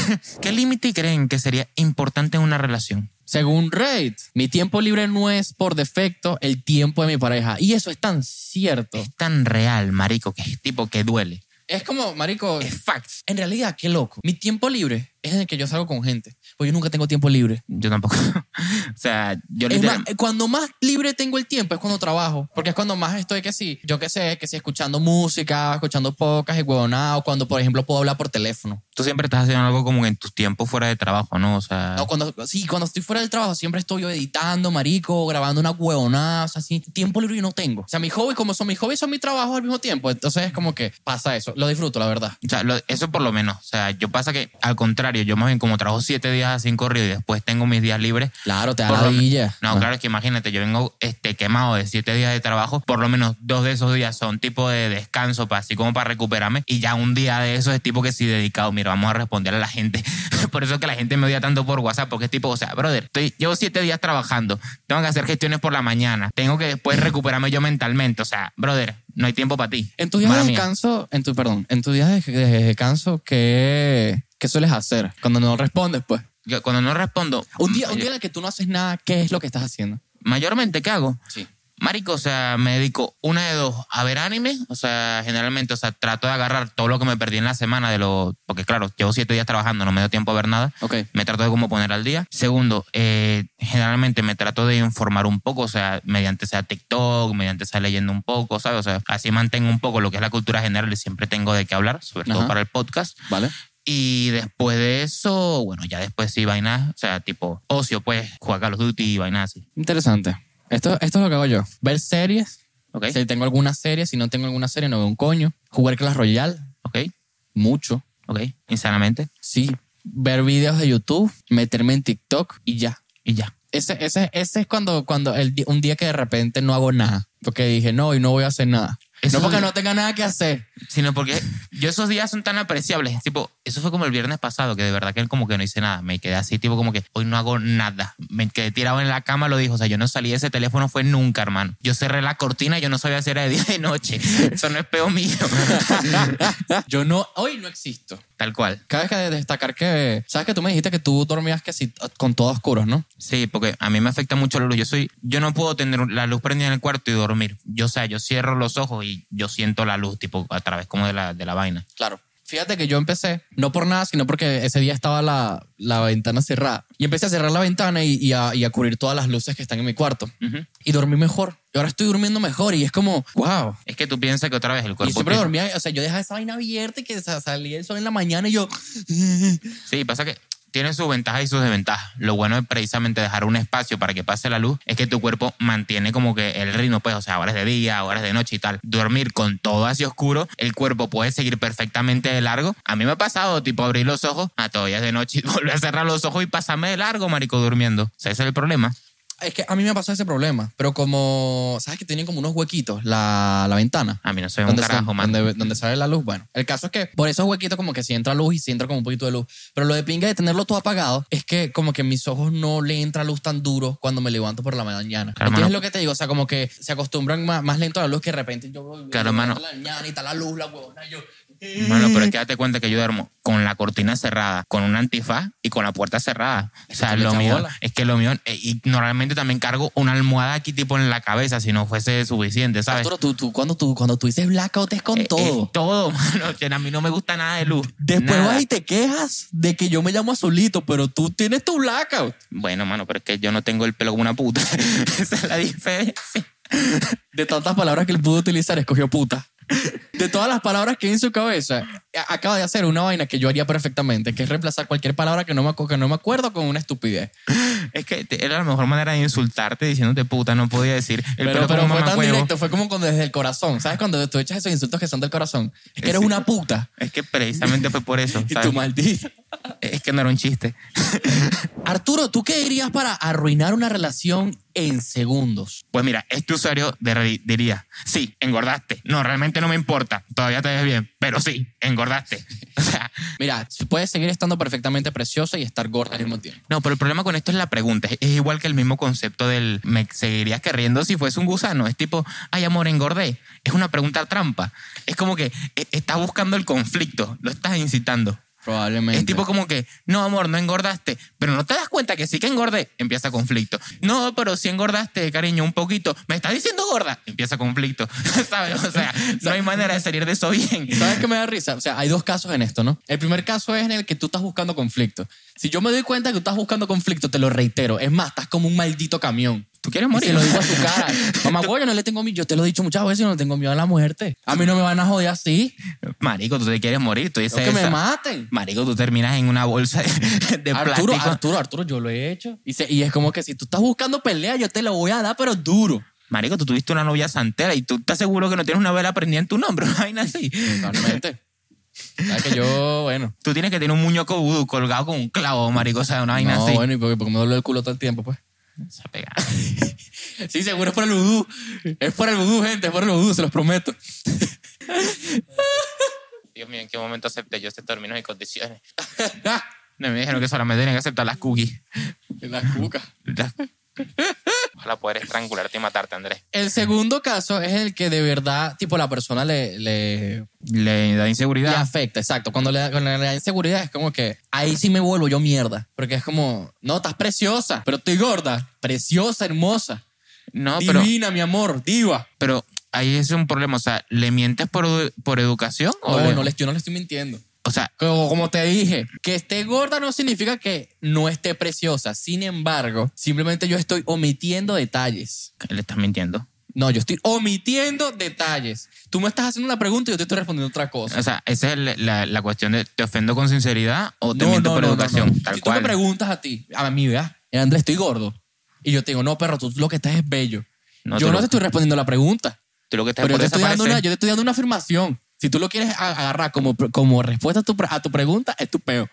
S1: ¿Qué límite creen que sería importante en una relación?
S2: Según Reid, mi tiempo libre no es por defecto el tiempo de mi pareja. Y eso es tan cierto.
S1: Es tan real, marico, que es tipo que duele.
S2: Es como, marico,
S1: Es facts.
S2: en realidad, qué loco. Mi tiempo libre es en el que yo salgo con gente. Pues yo nunca tengo tiempo libre.
S1: Yo tampoco. o sea, yo
S2: Es
S1: literal-
S2: más, cuando más libre tengo el tiempo es cuando trabajo, porque es cuando más estoy que sí, yo qué sé, que sí, escuchando música, escuchando pocas y huevonao, cuando por ejemplo puedo hablar por teléfono.
S1: Tú siempre estás haciendo algo como en tus tiempos fuera de trabajo, ¿no? O sea.
S2: No, cuando, sí, cuando estoy fuera del trabajo siempre estoy yo editando, marico, grabando una huevonada, o sea, así, tiempo libre yo no tengo. O sea, mis hobbies, como son mis hobbies, son mi trabajo al mismo tiempo, entonces es como que pasa eso, lo disfruto, la verdad.
S1: O sea, lo- eso por lo menos. O sea, yo pasa que al contrario, yo más bien como trabajo siete días así en corrido y después tengo mis días libres.
S2: Claro, te da
S1: por
S2: la Ah.
S1: lo men-
S2: villa.
S1: No, claro, es que imagínate, yo vengo este, quemado de siete días de trabajo. Por lo menos dos de esos días son tipo de descanso, para así como para recuperarme. Y ya un día de esos es tipo que sí dedicado. Mira, vamos a responder a la gente. por eso es que la gente me odia tanto por WhatsApp, porque es tipo, o sea, brother, estoy, llevo siete días trabajando. Tengo que hacer gestiones por la mañana. Tengo que después recuperarme yo mentalmente. O sea, brother, no hay tiempo para ti.
S2: En tus días
S1: Mala
S2: de
S1: mía.
S2: descanso, en tu, perdón, en tus días de, de descanso, ¿qué, ¿qué sueles hacer cuando no respondes, pues?
S1: Yo cuando no respondo.
S2: Un día, un día en el que tú no haces nada, ¿qué es lo que estás haciendo?
S1: mayormente, ¿qué hago?
S2: Sí.
S1: Marico, o sea, me dedico una de dos a ver anime, o sea, generalmente, o sea, trato de agarrar todo lo que me perdí en la semana de lo, porque claro, llevo siete días trabajando, no me dio tiempo a ver nada.
S2: Ok.
S1: Me trato de como poner al día. Segundo, eh, generalmente me trato de informar un poco, o sea, mediante sea TikTok, mediante sea leyendo un poco, ¿sabes? O sea, así mantengo un poco lo que es la cultura general y siempre tengo de qué hablar, sobre
S2: Ajá.
S1: todo para el podcast.
S2: Vale.
S1: Y después de eso, bueno, ya después sí vainas, o sea, tipo ocio, pues, jugar Call of Duty y vainas así.
S2: Interesante. Esto, esto es lo que hago yo. Ver series.
S1: ¿Ok?
S2: Si tengo alguna serie, si no tengo alguna serie, no veo un coño. Jugar Clash Royale.
S1: ¿Ok?
S2: Mucho.
S1: ¿Ok? Insanamente.
S2: Sí. Ver videos de YouTube, meterme en TikTok y ya.
S1: Y ya.
S2: Ese, ese, ese es cuando, cuando el, di- un día que de repente no hago nada. Porque dije, no, hoy no voy a hacer nada.
S1: Eso-
S2: no porque no tenga nada que hacer.
S1: Sino porque yo esos días son tan apreciables. Tipo, eso fue como el viernes pasado, que de verdad que él como que no hice nada. Me quedé así, tipo, como que hoy no hago nada. Me quedé tirado en la cama, lo dijo. O sea, yo no salí de ese teléfono, fue nunca, hermano. Yo cerré la cortina, yo no sabía si era de día o de noche. Eso no es peo mío.
S2: Yo no, hoy no existo.
S1: Tal cual.
S2: Cabe que destacar que, sabes que tú me dijiste que tú dormías que sí, con todo oscuros, ¿no?
S1: Sí, porque a mí me afecta mucho la luz. Yo soy, yo no puedo tener la luz prendida en el cuarto y dormir. Yo, o sea, yo cierro los ojos y yo siento la luz, tipo, a través como de la, de la vaina.
S2: Claro. Fíjate que yo empecé, no por nada, sino porque ese día estaba la, la ventana cerrada. Y empecé a cerrar la ventana y, y a, y a cubrir todas las luces que están en mi cuarto. Y dormí mejor. Y ahora estoy durmiendo mejor y es como, wow.
S1: Es que tú piensas que otra vez el cuerpo.
S2: Y siempre
S1: te-
S2: dormía, o sea, yo dejaba esa vaina abierta y que sa- salía el sol en la mañana y yo...
S1: Sí, pasa que tiene sus ventajas y sus desventajas. Lo bueno es precisamente dejar un espacio para que pase la luz, es que tu cuerpo mantiene como que el ritmo, pues, o sea, horas de día, horas de noche y tal. Dormir con todo así oscuro, el cuerpo puede seguir perfectamente de largo. A mí me ha pasado, tipo, abrir los ojos, a todavía es de noche, y volver a cerrar los ojos y pasarme de largo, marico, durmiendo. O sea, ese es el problema.
S2: Es que a mí me pasó ese problema, pero como, ¿sabes que tienen como unos huequitos la, la ventana?
S1: A mí no se ve un
S2: ¿Dónde
S1: carajo,
S2: está?
S1: man.
S2: ¿Dónde- dónde sale la luz. Bueno, el caso es que por esos huequitos como que si entra luz y si entra como un poquito de luz. Pero lo de pinga de tenerlo todo apagado es que como que mis ojos no le entra luz tan duro cuando me levanto por la mañana.
S1: Claro,
S2: ¿Entiendes
S1: mano.
S2: lo que te digo? O sea, como que se acostumbran más, más lento a la luz que de repente yo voy
S1: Claro,
S2: me
S1: mano.
S2: levanto en la mañana y está la luz, la huevona, y yo...
S1: Bueno,
S2: Mm.
S1: pero es que date cuenta que yo duermo con la cortina cerrada, con un antifaz y con la puerta cerrada. O
S2: que
S1: sea,
S2: tú le
S1: lo
S2: echas
S1: mío
S2: bola.
S1: es que lo mío, eh, y normalmente también cargo una almohada aquí tipo en la cabeza si no fuese suficiente, ¿sabes?
S2: Arturo, tú, tú, cuando tú, cuando tú dices blackout es con
S1: Eh, eh,
S2: todo.
S1: todo, mano. O sea, A mí no me gusta nada de luz.
S2: Después
S1: nada.
S2: vas y te quejas de que yo me llamo azulito, pero tú tienes tu blackout.
S1: Bueno, mano, pero es que yo no tengo el pelo como una puta. Esa es la diferencia.
S2: De tantas palabras que él pudo utilizar, escogió puta. De todas las palabras que hay en su cabeza, a- acaba de hacer una vaina que yo haría perfectamente, que es reemplazar cualquier palabra que no me, acu- que no me acuerdo con una estupidez.
S1: Es que te- era la mejor manera de insultarte diciéndote puta. No podía decir el
S2: pero
S1: pelo
S2: pero
S1: como
S2: fue
S1: mamá
S2: tan directo, fue como con- desde el corazón. ¿Sabes? Cuando tú echas esos insultos que son del corazón. Es que eres
S1: Sí.
S2: una puta.
S1: Es que precisamente fue por eso.
S2: Y
S1: ¿sabes?
S2: tú maldita.
S1: Es que no era un chiste.
S2: Arturo, ¿tú qué dirías para arruinar una relación en segundos?
S1: Pues mira, este usuario de Reddit diría, sí, engordaste. No, realmente no me importa. Todavía te ves bien, pero sí, engordaste. O sea,
S2: Mira, puedes seguir estando perfectamente preciosa y estar gorda al mismo tiempo.
S1: no, pero el problema con esto es la pregunta. Es- Es igual que el mismo concepto del me seguirías queriendo si fuese un gusano. Es tipo, ay amor, engordé. Es una pregunta trampa. Es como que eh, estás buscando el conflicto, lo estás incitando.
S2: Probablemente.
S1: Es tipo como que, no, amor, no engordaste, pero no te das cuenta que sí que engordé, empieza conflicto. No, pero sí engordaste, cariño, un poquito. Me estás diciendo gorda, empieza conflicto. ¿Sabes? O sea, no hay manera de salir de eso bien.
S2: ¿Sabes qué me da risa? O sea, hay dos casos en esto, ¿no? El primer caso es en el que tú estás buscando conflicto. Si yo me doy cuenta que tú estás buscando conflicto, te lo reitero. Es más, estás como un maldito camión.
S1: ¿Tú quieres
S2: Y
S1: morir?
S2: se lo digo a su cara. Mamá, güey, yo no le tengo miedo. Yo te lo he dicho muchas veces, yo no tengo miedo a la muerte. A mí no me van a joder así.
S1: Marico, tú te quieres morir, tú dices
S2: Quiero que me
S1: esa.
S2: maten.
S1: Marico, tú terminas en una bolsa de, de
S2: Arturo,
S1: plástico.
S2: Arturo, Arturo, yo lo he hecho. Y, se- y es como que si tú estás buscando pelea, yo te lo voy a dar, pero duro.
S1: Marico, tú tuviste una novia santera y tú estás seguro que no tienes una vela prendida en tu nombre, una vaina así.
S2: Totalmente. ¿Sabes que yo, bueno.
S1: Tú tienes que tener un muñeco vudú colgado con un clavo, marico, o sea, una vaina
S2: no,
S1: así.
S2: bueno, y porque, porque me duele el culo todo el tiempo, pues.
S1: Se ha pegado.
S2: Sí, seguro es por el vudú. Es por el vudú, gente, es por el vudú, se los prometo.
S1: Dios mío, ¿en qué momento acepté yo este término y condiciones? No, me dijeron que solamente tenían que aceptar las cookies.
S2: La cuca.
S1: Las- Ojalá poder estrangularte y matarte, Andrés.
S2: El segundo caso es el que de verdad, tipo, la persona le, le,
S1: Le da
S2: le
S1: inseguridad.
S2: afecta, exacto. Cuando le, cuando le da inseguridad es como que ahí sí me vuelvo yo mierda. Porque es como, no, estás preciosa, pero estoy gorda. Preciosa, hermosa.
S1: No, pero,
S2: divina, mi amor, diva.
S1: pero ahí es un problema. O sea, ¿le mientes por, por educación? o,
S2: no,
S1: Oh, le-
S2: no les- yo no le estoy mintiendo.
S1: o sea,
S2: Como, como te dije, que esté gorda no significa que no esté preciosa. Sin embargo, simplemente yo estoy omitiendo detalles.
S1: le estás mintiendo.
S2: No, yo estoy omitiendo detalles. Tú me estás haciendo una pregunta y yo te estoy respondiendo otra cosa.
S1: O sea, esa es el- la, la cuestión de ¿te ofendo con sinceridad o te
S2: No,
S1: miento
S2: no,
S1: por
S2: no, no,
S1: educación?
S2: no.
S1: Tal
S2: si tú
S1: cual.
S2: me preguntas a ti, a mí, ¿verdad? Eh, Andrés, estoy gordo. Y yo te digo, no, perro, tú lo que estás es bello.
S1: No, tú
S2: yo no
S1: lo-
S2: te estoy respondiendo la pregunta.
S1: Tú lo que estás
S2: Pero yo
S1: por
S2: te, estoy dando una,
S1: desaparecer.
S2: yo te estoy dando una afirmación. Si tú lo quieres a- agarrar como, como respuesta a tu, pre- a tu pregunta, es tu peo.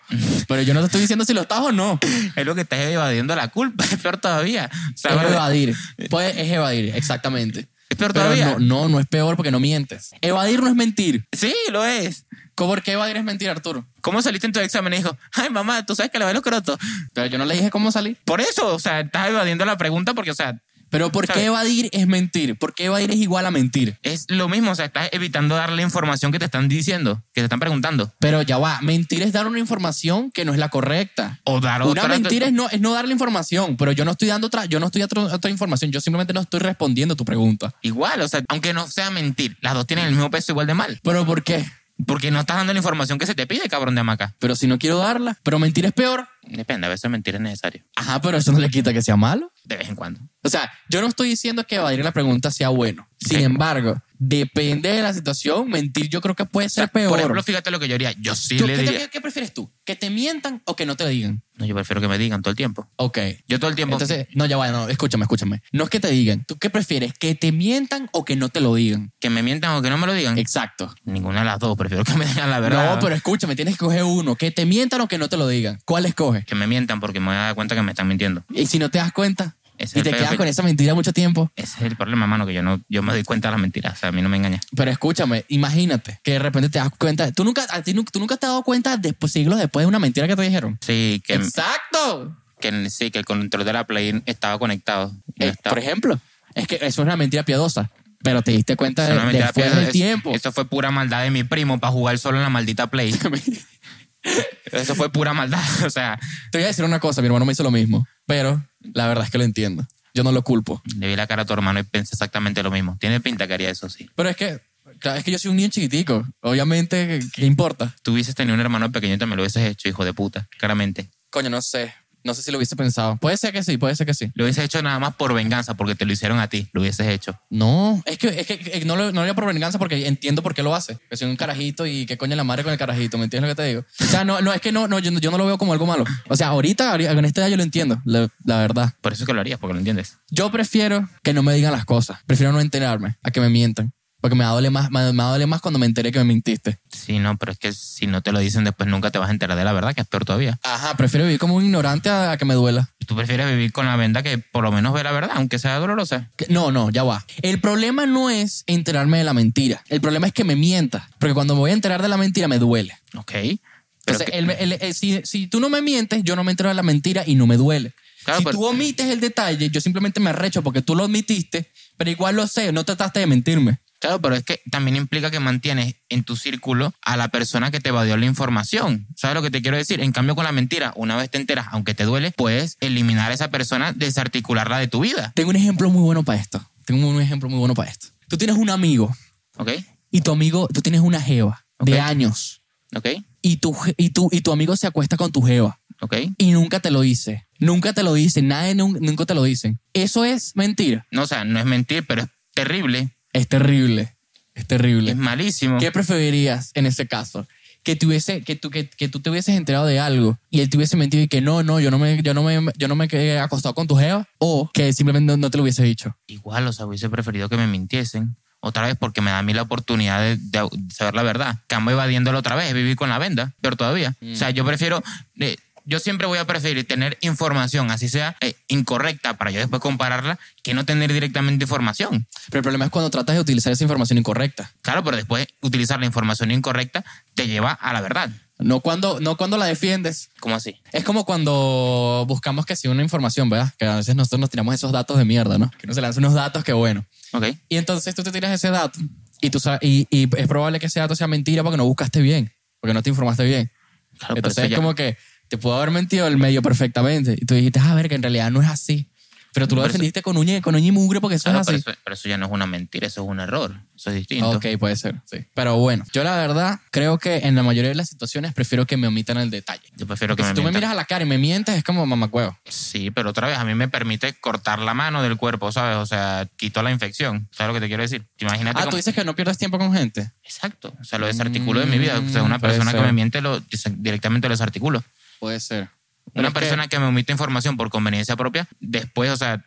S2: Pero yo no te estoy diciendo si lo estás o no.
S1: Es lo que estás evadiendo la culpa. Es peor todavía. O sea,
S2: es
S1: ¿verdad?
S2: evadir. Pues es evadir, exactamente.
S1: Es peor
S2: Pero
S1: todavía.
S2: no, no, no es peor porque no mientes. Evadir no es mentir.
S1: Sí, lo es.
S2: ¿Por qué evadir es mentir, Arturo?
S1: ¿Cómo saliste en tu examen? Y dijo, ay, mamá, tú sabes que le ven los crotos.
S2: Pero yo no le dije cómo salir.
S1: Por eso, o sea, estás evadiendo la pregunta porque, o sea,
S2: Pero ¿por qué
S1: ¿Sabes?
S2: evadir es mentir? ¿Por qué evadir es igual a mentir?
S1: es lo mismo. O sea, estás evitando dar la información que te están diciendo, que te están preguntando.
S2: Pero ya va, mentir es dar una información que no es la correcta.
S1: O dar otra.
S2: Una mentira es no, es no dar la información, pero yo no estoy dando otra, yo no estoy dando otra información, yo simplemente no estoy respondiendo tu pregunta.
S1: Igual, o sea, aunque no sea mentir, las dos tienen el mismo peso igual de mal.
S2: ¿Pero por qué?
S1: Porque no estás dando la información que se te pide, cabrón de hamaca.
S2: Pero si no quiero darla, pero mentir es peor.
S1: Depende, a veces mentir es necesario.
S2: Ajá, pero eso no le quita que sea malo.
S1: De vez en cuando.
S2: O sea, yo no estoy diciendo que evadir la pregunta sea bueno. Sin
S1: Sí.
S2: embargo, depende de la situación, mentir yo creo que puede
S1: O sea,
S2: ser peor.
S1: Por ejemplo, fíjate lo que yo haría. Yo sí
S2: ¿Tú-
S1: le
S2: qué, te-
S1: diría.
S2: qué prefieres tú? ¿Que te mientan o que no te digan?
S1: No, yo prefiero que me digan todo el tiempo.
S2: Ok.
S1: Yo todo el tiempo.
S2: Entonces, no, ya va, no, escúchame, escúchame. No es que te digan. ¿Tú qué prefieres? ¿Que te mientan o que no te lo digan?
S1: que me mientan o que no me lo digan.
S2: Exacto.
S1: Ninguna de las dos. Prefiero que me digan la verdad.
S2: No, pero escúchame, tienes que coger uno. Que te mientan o que no te lo digan. ¿Cuál escoges?
S1: Que me mientan porque me voy a dar cuenta que me están mintiendo.
S2: Y si no te das cuenta
S1: Ese
S2: y
S1: es
S2: te
S1: el
S2: quedas
S1: peor
S2: con esa mentira mucho tiempo.
S1: Ese es el problema, mano, que yo no yo me doy cuenta de las mentiras. O sea, a mí no me engaña.
S2: Pero escúchame, imagínate que de repente te das cuenta. Tú nunca, a ti nu- tú nunca te has dado cuenta después, siglos después de una mentira que te dijeron.
S1: Sí, que,
S2: Exacto.
S1: que sí, que el control de la Play estaba conectado. No
S2: Eh,
S1: estaba.
S2: por ejemplo, es que eso es una mentira piadosa, pero te diste cuenta
S1: Eso no
S2: de-
S1: me entera,
S2: después
S1: pero
S2: del
S1: es-
S2: tiempo.
S1: Eso fue pura maldad de mi primo para jugar solo en la maldita Play.
S2: Te
S1: eso fue pura maldad. O sea,
S2: voy a decir una cosa, mi hermano me hizo lo mismo, pero la verdad es que lo entiendo. Yo no lo culpo.
S1: le vi la cara a tu hermano y pensé exactamente lo mismo. Tiene pinta que haría eso, sí.
S2: Pero es que, claro, es que yo soy un niño chiquitico. Obviamente, ¿qué importa?
S1: Tú hubieses tenido un hermano pequeño y también lo hubieses hecho, hijo de puta, claramente.
S2: Coño, no sé. No sé si lo hubiese pensado. Puede ser que sí, puede ser que sí.
S1: Lo hubieses hecho nada más por venganza, porque te lo hicieron a ti. Lo hubieses hecho.
S2: No, es que, es que eh, no lo no lo haría por venganza porque entiendo por qué lo hace. Que soy un carajito y qué coño la madre con el carajito, ¿me entiendes lo que te digo? O sea, no, no es que no, no yo, no- yo no lo veo como algo malo. O sea, ahorita, ahorita, en esta edad yo lo entiendo, la, la verdad.
S1: Por eso es que lo harías, porque lo entiendes.
S2: Yo prefiero que no me digan las cosas. Prefiero no enterarme a que me mientan. Porque me duele más, me, me duele más cuando me enteré que me mintiste.
S1: Sí, no, pero es que si no te lo dicen después nunca te vas a enterar de la verdad, que es peor todavía.
S2: Ajá, prefiero vivir como un ignorante a, a que me duela.
S1: Tú prefieres vivir con la venda que por lo menos ve la verdad, aunque sea dolorosa.
S2: Que- No, no, ya va. El problema no es enterarme de la mentira. El problema es que me mientas. Porque cuando me voy a enterar de la mentira me duele.
S1: Ok. Pero
S2: Entonces,
S1: que-
S2: el- el- el- eh, si, si tú no me mientes, yo no me entero de la mentira y no me duele.
S1: Claro,
S2: si
S1: pero-
S2: tú omites el detalle, yo simplemente me arrecho porque tú lo omitiste, pero igual lo sé, no trataste de mentirme.
S1: Claro, pero es que también implica que mantienes en tu círculo a la persona que te evadió la información. ¿Sabes lo que te quiero decir? En cambio, con la mentira, una vez te enteras, aunque te duele, puedes eliminar a esa persona, desarticularla de tu vida.
S2: Tengo un ejemplo muy bueno para esto. Tengo un ejemplo muy bueno para esto. Tú tienes un amigo
S1: ¿Ok?
S2: y tu amigo, tú tienes una jeva de
S1: Ok.
S2: años
S1: ¿Ok?
S2: y tu, je- y, tu, y tu amigo se acuesta con tu jeva
S1: ¿Ok?
S2: y nunca te lo dice. Nunca te lo dice, nadie nun- nunca te lo dicen. Eso es mentira.
S1: No, o sea, no es mentir, pero es terrible.
S2: Es terrible. Es terrible.
S1: Es malísimo.
S2: ¿Qué preferirías en ese caso? Que, te hubiese- que, tú, que, que tú te hubieses enterado de algo y él te hubiese mentido y que no, no, yo no me, yo no me, yo no me he acostado con tu jeva o que simplemente no, no te lo hubiese dicho.
S1: Igual, o sea, hubiese preferido que me mintiesen. Otra vez porque me da a mí la oportunidad de, de saber la verdad. Cambio evadiéndolo otra vez, vivir con la venda, peor todavía. O sea, yo prefiero... eh, yo siempre voy a preferir tener información, así sea eh, incorrecta, para yo después compararla, que no tener directamente información.
S2: Pero el problema es cuando tratas de utilizar esa información incorrecta.
S1: Claro, pero después utilizar la información incorrecta te lleva a la verdad.
S2: No cuando, no cuando la defiendes.
S1: ¿Cómo así?
S2: Es como cuando buscamos que si una información, ¿verdad? Que a veces nosotros nos tiramos esos datos de mierda, ¿no? Que uno se lanza unos datos que bueno.
S1: ¿Ok?
S2: Y entonces tú te tiras ese dato y, tú sabes, y, y es probable que ese dato sea mentira porque no buscaste bien, porque no te informaste bien.
S1: Claro, pero eso
S2: Entonces es
S1: ya-
S2: como que te pudo haber mentido el medio perfectamente. Y tú dijiste, a ver, que en realidad no es así. Pero tú lo
S1: Pero eso-
S2: defendiste con uña, con uña y mugre porque eso
S1: Claro,
S2: es
S1: pero,
S2: así. Ah,
S1: eso, pero eso ya no es una mentira, eso es un error. Eso es distinto.
S2: Ok, puede ser, sí. Pero bueno, yo la verdad creo que en la mayoría de las situaciones prefiero que me omitan el detalle.
S1: Yo prefiero que
S2: Porque
S1: me
S2: si tú me
S1: mientan.
S2: miras a la cara y me mientes, es como mamacuevo.
S1: Sí, pero otra vez, a mí me permite cortar la mano del cuerpo, ¿sabes? O sea, quito la infección. ¿Sabes lo que te quiero decir? Imagínate.
S2: Ah,
S1: cómo-
S2: tú dices que no pierdas tiempo con gente.
S1: Exacto. O sea, lo desarticulo de mi vida. O sea, una
S2: Mm, puede
S1: persona que
S2: ser.
S1: me miente lo, desa- directamente lo desarticulo.
S2: Puede ser. Pero
S1: Una
S2: es que-
S1: persona que... me omite información por conveniencia propia, después, o sea,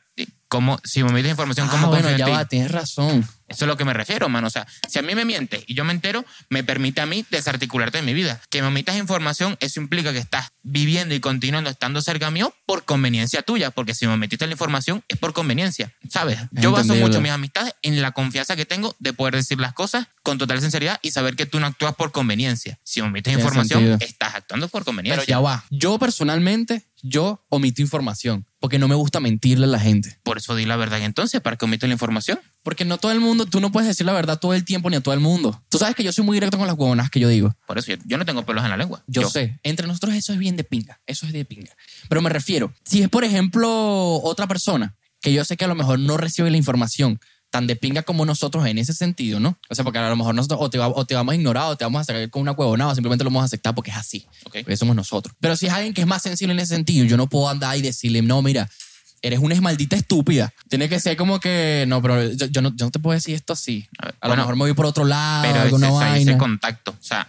S1: como si me metes información,
S2: Ah,
S1: ¿cómo
S2: bueno,
S1: confío en
S2: ya
S1: ti?
S2: va, tienes razón.
S1: Eso es lo que me refiero, mano. O sea, si a mí me mientes y yo me entero, me permite a mí desarticularte de mi vida. Que me omitas información, eso implica que estás viviendo y continuando estando cerca mío por conveniencia tuya, porque si me omitiste la información es por conveniencia, ¿sabes? Yo baso
S2: Entendible.
S1: mucho mis amistades en la confianza que tengo de poder decir las cosas con total sinceridad y saber que tú no actúas por conveniencia. Si me omites
S2: Tiene
S1: información,
S2: sentido.
S1: estás actuando por
S2: Pero
S1: conveniencia.
S2: ya va. Yo personalmente, yo omito información porque no me gusta mentirle a la gente.
S1: Por eso di la verdad entonces, para que omito la información.
S2: Porque no todo el mundo, tú no puedes decir la verdad todo el tiempo ni a todo el mundo. Tú sabes que yo soy muy directo con las huevonas que yo digo.
S1: Por eso yo, yo no tengo pelos en la lengua.
S2: Yo, sé, entre nosotros eso es bien de pinga, eso es de pinga. Pero me refiero, si es por ejemplo otra persona que yo sé que a lo mejor no recibe la información tan de pinga como nosotros en ese sentido, ¿no? O sea, porque a lo mejor nosotros o te, va- o te vamos a ignorar o te vamos a sacar con una huevonada o simplemente lo vamos a aceptar porque es así,
S1: Ok.
S2: porque somos nosotros. Pero si es alguien que es más sensible en ese sentido, yo no puedo andar y decirle, no, mira, eres una maldita estúpida. Tiene que ser como que, no, pero yo, yo no, yo no te puedo decir esto así.
S1: A
S2: A,
S1: ver,
S2: lo
S1: bueno,
S2: mejor me voy por otro lado,
S1: Pero ese,
S2: alguna
S1: ese- ese
S2: vaina.
S1: contacto, o sea,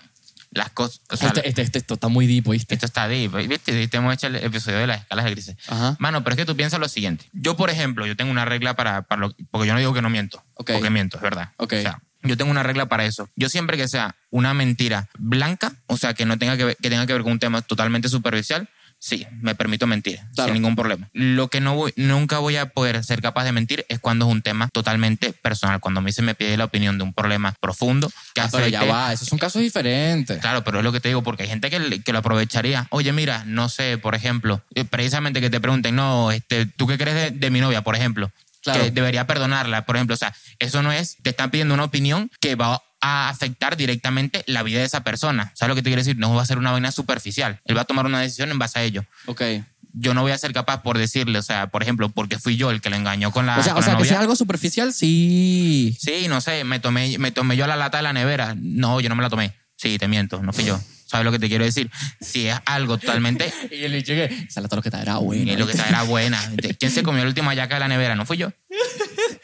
S1: las cosas... o sea,
S2: este, este- este- esto está muy deep, ¿oíste?
S1: Esto está deep. ¿Viste? Te hemos hecho el episodio de las escalas de grises.
S2: Ajá.
S1: Mano, pero es que tú piensas lo siguiente. Yo, por ejemplo, yo tengo una regla para... para lo- porque yo no digo que no miento.
S2: Ok.
S1: Porque miento, es verdad.
S2: Ok.
S1: O sea, yo tengo una regla para eso. Yo siempre que sea una mentira blanca, o sea, que no tenga que ver, que tenga que ver con un tema totalmente superficial, sí, me permito mentir
S2: Claro.
S1: sin ningún problema. Lo que no voy, nunca voy a poder ser capaz de mentir es cuando es un tema totalmente personal, cuando a mí se me pide la opinión de un problema profundo que
S2: Ah, pero ya
S1: afecte
S2: va, esos son casos diferentes.
S1: Claro, pero es lo que te digo, porque hay gente que, le- que lo aprovecharía. Oye, mira, no sé, por ejemplo, eh, precisamente que te pregunten, no, este, ¿tú qué crees de, de mi novia, por ejemplo?
S2: Claro.
S1: Que debería perdonarla, por ejemplo. O sea, eso no es, te están pidiendo una opinión que va a afectar directamente la vida de esa persona. ¿Sabes lo que te quiero decir? No va a ser una vaina superficial. Él va a tomar una decisión en base a ello.
S2: Ok.
S1: Yo no voy a ser capaz por decirle, o sea, por ejemplo, porque fui yo el que le engañó con la,
S2: o sea,
S1: con
S2: o
S1: la
S2: sea que
S1: novia.
S2: si es algo superficial, sí.
S1: Sí, no sé, me tomé, me tomé yo la lata de la nevera. No, yo no me la tomé. Sí, te miento, no fui yo. ¿Sabes lo que te quiero decir? Si es algo totalmente...
S2: Y el bicho que, esa la que está era buena.
S1: eh, lo que está era buena. ¿Quién se comió la última yaca de la nevera? No fui yo.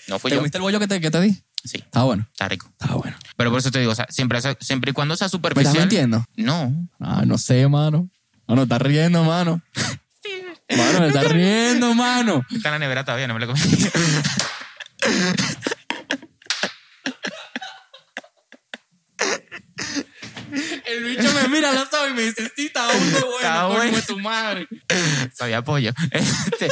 S1: No fui
S2: ¿Te
S1: yo.
S2: comiste el bollo que te, que te di?
S1: Sí,
S2: Está bueno.
S1: está rico.
S2: Está bueno.
S1: Pero por eso te digo, o sea, siempre, siempre y cuando sea
S2: ¿Me estás
S1: superficial...
S2: mintiendo?
S1: No.
S2: Ah, no sé, mano. Mano, estás riendo, mano. Mano, me estás riendo, mano.
S1: Está en la nevera todavía, no me la comí.
S2: El bicho me mira al lado y me dice, sí, está bueno,
S1: Está
S2: coño
S1: bueno.
S2: de tu madre.
S1: Sabía pollo. Este,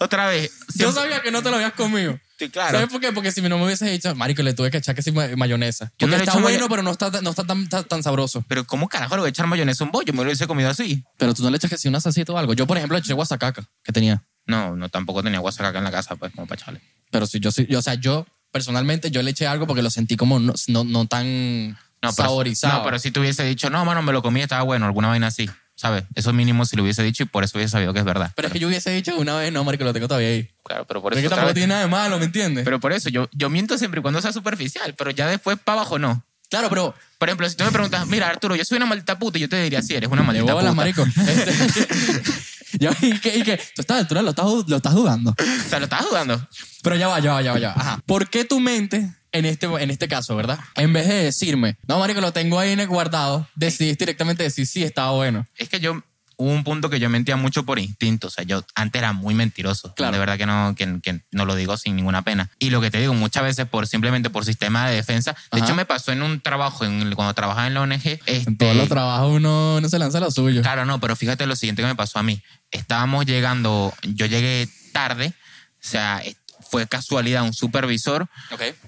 S1: otra vez.
S2: Yo sabía que no te lo habías comido.
S1: Sí, claro.
S2: ¿Sabes por qué? Porque si no me hubieses dicho, marico, le tuve que echar que sí ma- mayonesa.
S1: Yo no le
S2: Porque
S1: he
S2: está
S1: hecho
S2: bueno,
S1: mayo-
S2: pero no está, no está tan, tan- tan sabroso.
S1: Pero ¿cómo carajo le voy a echar mayonesa a un bollo? Me lo hubiese comido así.
S2: Pero tú no le echas que si una salsita o algo. Yo, por ejemplo, le eché guasacaca que tenía.
S1: No, no, tampoco tenía WhatsApp acá en la casa, pues, como para echarle.
S2: Pero si yo, sí- yo, o sea, yo personalmente yo le eché algo porque lo sentí como no, no, no tan
S1: No, pero,
S2: saborizado.
S1: No, pero si te hubiese dicho, no, mano, me lo comí, estaba bueno, alguna vaina así, ¿sabes? Eso mínimo si lo hubiese dicho y por eso hubiese sabido que es verdad.
S2: Pero es que yo hubiese dicho una vez, no, marico, lo tengo todavía ahí.
S1: Claro, pero Pues por
S2: Porque
S1: eso. otra
S2: tampoco
S1: vez-
S2: tiene nada de malo, ¿me entiendes?
S1: Pero por eso, yo, yo miento siempre y cuando sea superficial, pero ya después para abajo no.
S2: claro, pero...
S1: Por ejemplo, si tú me preguntas, mira, Arturo, yo soy una maldita puta, yo te diría, sí, eres una
S2: De
S1: maldita
S2: bolas,
S1: puta.
S2: marico. Este- Yo, y que, y que, tú estás a la altura, lo estás, lo estás dudando.
S1: O sea, lo estás jugando.
S2: Pero ya va, ya va, ya va, ya va. Ajá. ¿Por qué tu mente, en este, en este caso, verdad? En vez de decirme, no, marico, lo tengo ahí en el guardado, decidiste directamente decir, sí, estaba bueno.
S1: Es que yo. Hubo un punto que yo mentía mucho por instinto. O sea, yo antes era muy mentiroso.
S2: Claro.
S1: De verdad que no, que, que no lo digo sin ninguna pena. Y lo que te digo, muchas veces por simplemente por sistema de defensa. De
S2: Ajá.
S1: hecho, me pasó en un trabajo, en, el- cuando trabajaba en la ONG.
S2: En todos
S1: este,
S2: los trabajos uno no se lanza lo suyo.
S1: Claro, no, pero fíjate lo siguiente que me pasó a mí. Estábamos llegando, yo llegué tarde, o sea, es- fue casualidad un supervisor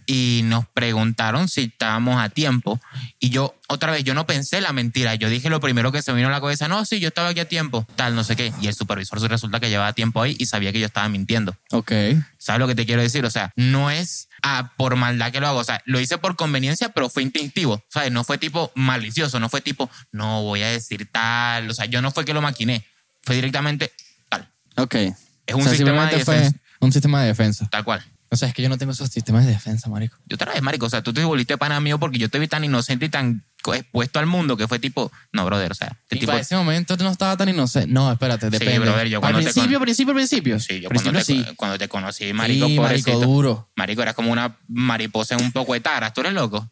S1: y nos preguntaron si estábamos a tiempo. Y yo, otra vez, yo no pensé la mentira. Yo dije lo primero que se me vino a la cabeza, no, sí, yo estaba aquí a tiempo, tal, no sé qué. Y el supervisor resulta que llevaba tiempo ahí y sabía que yo estaba mintiendo.
S2: Ok.
S1: ¿Sabes lo que te quiero decir? O sea, no es ah, por maldad que lo hago. O sea, lo hice por conveniencia, pero fue instintivo. ¿Sabes? No fue tipo malicioso, no fue tipo, no voy a decir tal. O sea, yo no fue que lo maquiné. Fue directamente tal.
S2: Ok.
S1: Es un sistema de defensa.
S2: un sistema de defensa.
S1: Tal cual.
S2: O sea, es que yo no tengo esos sistemas de defensa, marico.
S1: Yo otra vez, marico, o sea, tú te volviste pana mío porque yo te vi tan inocente y tan co- expuesto al mundo que fue tipo, no, brother, o sea, este
S2: Y
S1: tipo...
S2: para ese momento no estaba tan inocente. No, espérate, depende.
S1: brother, yo cuando
S2: Al
S1: te
S2: principio,
S1: con-
S2: principio, principio.
S1: Sí, yo cuando
S2: principio
S1: te,
S2: sí.
S1: cuando te conocí, marico,
S2: Sí, marico,
S1: pobrecito.
S2: duro.
S1: Marico, eras como una mariposa en un poco de taras, tú eres loco.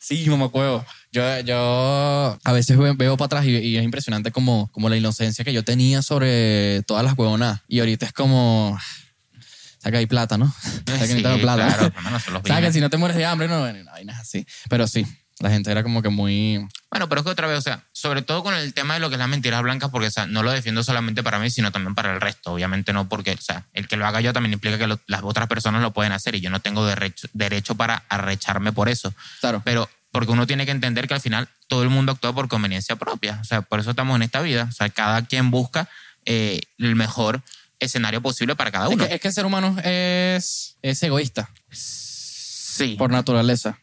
S2: Sí, mamacuevo. Yo, yo a veces ve- veo para atrás y, y es impresionante como, como la inocencia que yo tenía sobre todas las huevonas. Y ahorita es como, Está que hay plata, ¿no? Está que necesitamos plata.
S1: Claro, hermano, son los
S2: Sabes que
S1: bienes.
S2: si no te mueres de hambre, no, no, vainas así. Pero sí, la gente era como que muy.
S1: Bueno, pero es que otra vez, o sea, sobre todo con el tema de lo que es las mentiras blancas, porque, o sea, no lo defiendo solamente para mí, sino también para el resto. Obviamente no, porque, o sea, el que lo haga yo también implica que lo- las otras personas lo pueden hacer y yo no tengo derecho, derecho para arrecharme por eso.
S2: Claro.
S1: Pero porque uno tiene que entender que al final todo el mundo actúa por conveniencia propia. O sea, por eso estamos en esta vida. O sea, cada quien busca eh, el mejor escenario posible para cada
S2: Es
S1: uno.
S2: que, es que el ser humano es, es egoísta
S1: Sí.
S2: por naturaleza.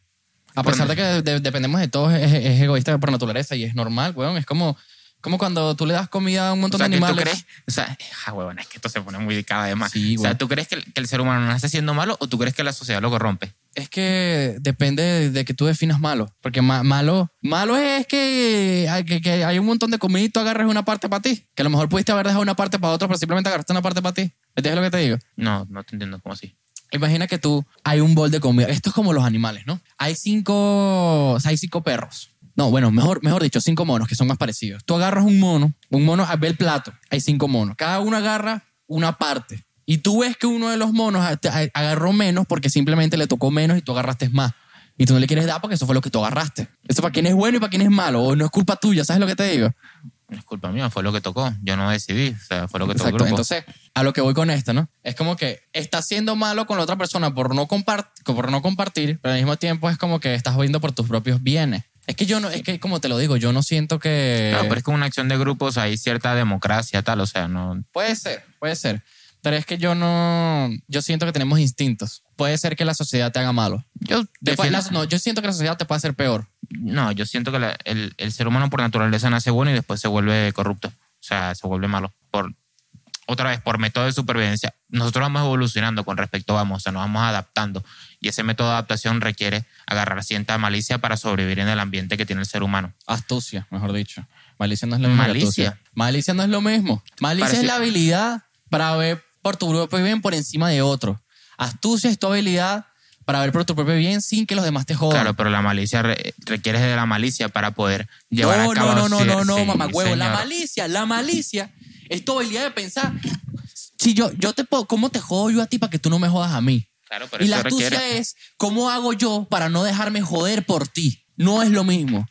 S2: A
S1: Por
S2: pesar de que de- dependemos de todos, es, es egoísta por naturaleza y es normal, weón. Es como, como cuando tú le das comida a un
S1: O
S2: montón
S1: sea,
S2: de
S1: que tú
S2: animales.
S1: crees, o sea, ja, huevón, es que esto se pone muy cada vez más.
S2: Sí,
S1: o sea,
S2: güey.
S1: ¿tú crees que el, que el ser humano nace siendo malo o tú crees que la sociedad lo corrompe?
S2: Es que depende de, de que tú definas malo. Porque ma- malo, malo es que hay, que, que hay un montón de comida y tú agarras una parte para ti. Que a lo mejor pudiste haber dejado una parte para otro, pero simplemente agarraste una parte para ti. ¿Entiendes lo que te digo?
S1: No, no te entiendo cómo así.
S2: Imagina que tú hay un bol de comida. Esto es como los animales, ¿no? Hay cinco, o sea, hay cinco perros. No, bueno, mejor, mejor dicho, cinco monos que son más parecidos. Tú agarras un mono, un mono, ah, ve el plato. Hay cinco monos. Cada uno agarra una parte. Y tú ves que uno de los monos a- te- a- agarró menos porque simplemente le tocó menos y tú agarraste más. Y tú no le quieres dar porque eso fue lo que tú agarraste. Eso para quién es bueno y para quién es malo. O no es culpa tuya, ¿sabes lo que te digo?
S1: No es culpa mía, fue lo que tocó. Yo no decidí, o sea, fue lo que tocó el
S2: Exacto.
S1: grupo.
S2: Entonces, a lo que voy con esto, ¿no? Es como que estás siendo malo con la otra persona por no, compart- por no compartir, pero al mismo tiempo es como que estás viendo por tus propios bienes. Es que yo no, es que como te lo digo, yo no siento que.
S1: Claro, pero es que en una acción de grupos hay cierta democracia, tal, o sea, no.
S2: Puede ser, puede ser. Pero es que yo no. Yo siento que tenemos instintos. Puede ser que la sociedad te haga malo.
S1: Yo,
S2: Te puede-
S1: defiendo-
S2: la- no, yo siento que la sociedad te puede hacer peor.
S1: no, yo siento que la- el, el ser humano por naturaleza nace bueno y después se vuelve corrupto. O sea, se vuelve malo. Por, otra vez, por método de supervivencia. Nosotros vamos evolucionando con respecto, vamos, o sea, nos vamos adaptando. Y ese método de adaptación requiere agarrar cierta malicia para sobrevivir en el ambiente que tiene el ser humano.
S2: Astucia, mejor dicho. Malicia no es lo mismo. que
S1: Malicia.
S2: astucia. Malicia no es lo mismo. Malicia
S1: Parece-
S2: es la habilidad para ver por tu propio bien por encima de otro. Astucia es tu habilidad para ver por tu propio bien sin que los demás te jodan.
S1: Claro, pero la malicia re- requiere de la malicia para poder llevar
S2: no,
S1: a cabo.
S2: no, no, no,
S1: cier-
S2: no, no,
S1: sí,
S2: mamá huevo. La
S1: señor.
S2: malicia, la malicia es tu habilidad de pensar. Si yo, yo te puedo, ¿cómo te jodo yo a ti para que tú no me jodas a mí?
S1: Claro, pero
S2: Y
S1: eso
S2: la astucia
S1: requiere-
S2: es cómo hago yo para no dejarme joder por ti. No es lo mismo.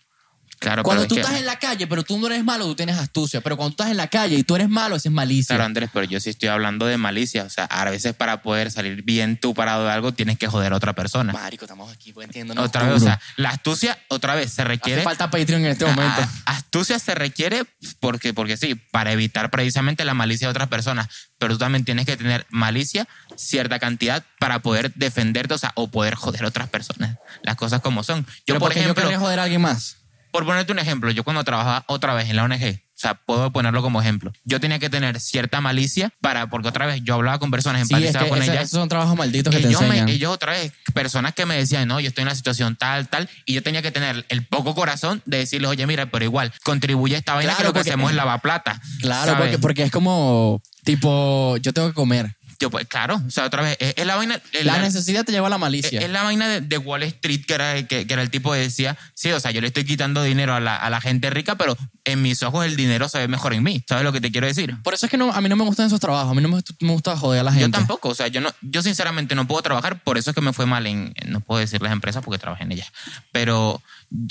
S1: Claro,
S2: Cuando
S1: pero
S2: tú
S1: es que-
S2: estás en la calle, pero tú no eres malo, tú tienes astucia. Pero cuando tú estás en la calle y tú eres malo, esa es malicia.
S1: Claro, Andrés, pero yo sí estoy hablando de malicia. O sea, a veces para poder salir bien tú parado de algo, tienes que joder a otra persona.
S2: Marico, estamos aquí, pues entiendo. ¿no?
S1: otra vez, o
S2: Duro.
S1: sea, la astucia, otra vez, se
S2: Hace
S1: requiere.
S2: falta Patreon en este momento.
S1: a- a- astucia se requiere porque, porque sí, para evitar precisamente la malicia de otras personas. Pero tú también tienes que tener malicia, cierta cantidad, para poder defenderte, o sea, o poder joder a otras personas. Las cosas como son. Yo,
S2: Pero
S1: por
S2: porque yo
S1: ejemplo,
S2: querría joder a alguien más.
S1: por ponerte un ejemplo, yo cuando trabajaba otra vez en la ONG, o sea, puedo ponerlo como ejemplo. Yo tenía que tener cierta malicia para, porque otra vez yo hablaba con personas,
S2: Sí, es
S1: empatizaba
S2: que
S1: con
S2: ese-
S1: ellas.
S2: esos son trabajos malditos que te
S1: ellos, me-
S2: enseñan.
S1: ellos otra vez, personas que me decían, no, yo estoy en la situación tal, tal, y yo tenía que tener el poco corazón de decirles, oye, mira, pero igual, contribuye a esta vaina que
S2: Claro,
S1: lo que
S2: porque-
S1: hacemos es lavar plata.
S2: Claro,
S1: ¿sabes?
S2: porque, porque es como, tipo, yo tengo que comer.
S1: Yo, pues, claro, o sea, otra vez, es, es la vaina... es
S2: La
S1: la-
S2: necesidad te lleva a la
S1: Es,
S2: malicia.
S1: es la vaina de, de Wall Street, que era, el- que, que era el tipo que decía, sí, o sea, yo le estoy quitando dinero a la, a la gente rica, pero en mis ojos el dinero se ve mejor en mí. ¿Sabes lo que te quiero decir?
S2: Por eso es que no, a mí no me gustan esos trabajos. A mí no me, me gusta joder a la gente.
S1: Yo tampoco, o sea, yo, no, yo sinceramente no puedo trabajar, por eso es que me fue mal en, no puedo decir las empresas porque trabajé en ellas, pero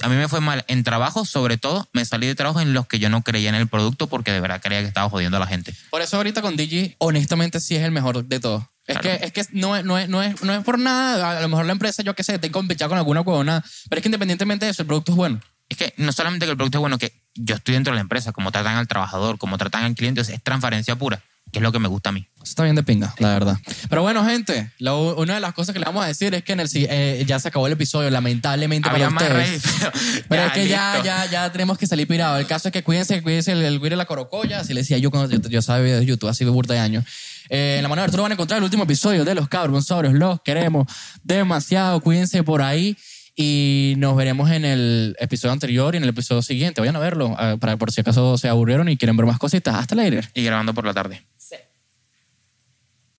S1: a mí me fue mal en trabajo, sobre todo me salí de trabajo en los que yo no creía en el producto porque de verdad creía que estaba jodiendo a la gente.
S2: Por eso ahorita con DJ, honestamente, sí es el mejor de todos. Es
S1: Claro.
S2: que, es que no, es, no, es, no, es, no es por nada. A lo mejor la empresa, yo qué sé, esté compechada con alguna huevona. Pero es que independientemente de eso, el producto es bueno.
S1: Es que no solamente que el producto es bueno, que yo estoy dentro de la empresa, como tratan al trabajador, como tratan al cliente, o sea, es transparencia pura, que es lo que me gusta a mí.
S2: Eso está bien de pinga, la verdad. Pero bueno, gente, lo- una de las cosas que le vamos a decir es que en el, si- eh, ya se acabó el episodio, lamentablemente
S1: Había
S2: para
S1: más
S2: ustedes.
S1: redes, pero,
S2: Pero
S1: ya,
S2: es que ya,
S1: listo.
S2: ya, ya tenemos que salir pirado. El caso es que cuídense, cuídense el, el güiro de la corocoya. Así le decía yo cuando yo, yo sabía de YouTube, así de burda de años. Eh, en la mano de Arturo van a encontrar el último episodio de Los Cabronzauros. Los queremos demasiado. Cuídense por ahí. Y nos veremos en el episodio anterior y en el ah, episodio siguiente. Vayan a verlo, eh, para, por si acaso se aburrieron y quieren ver más cositas. Hasta later.
S1: Y grabando por la tarde.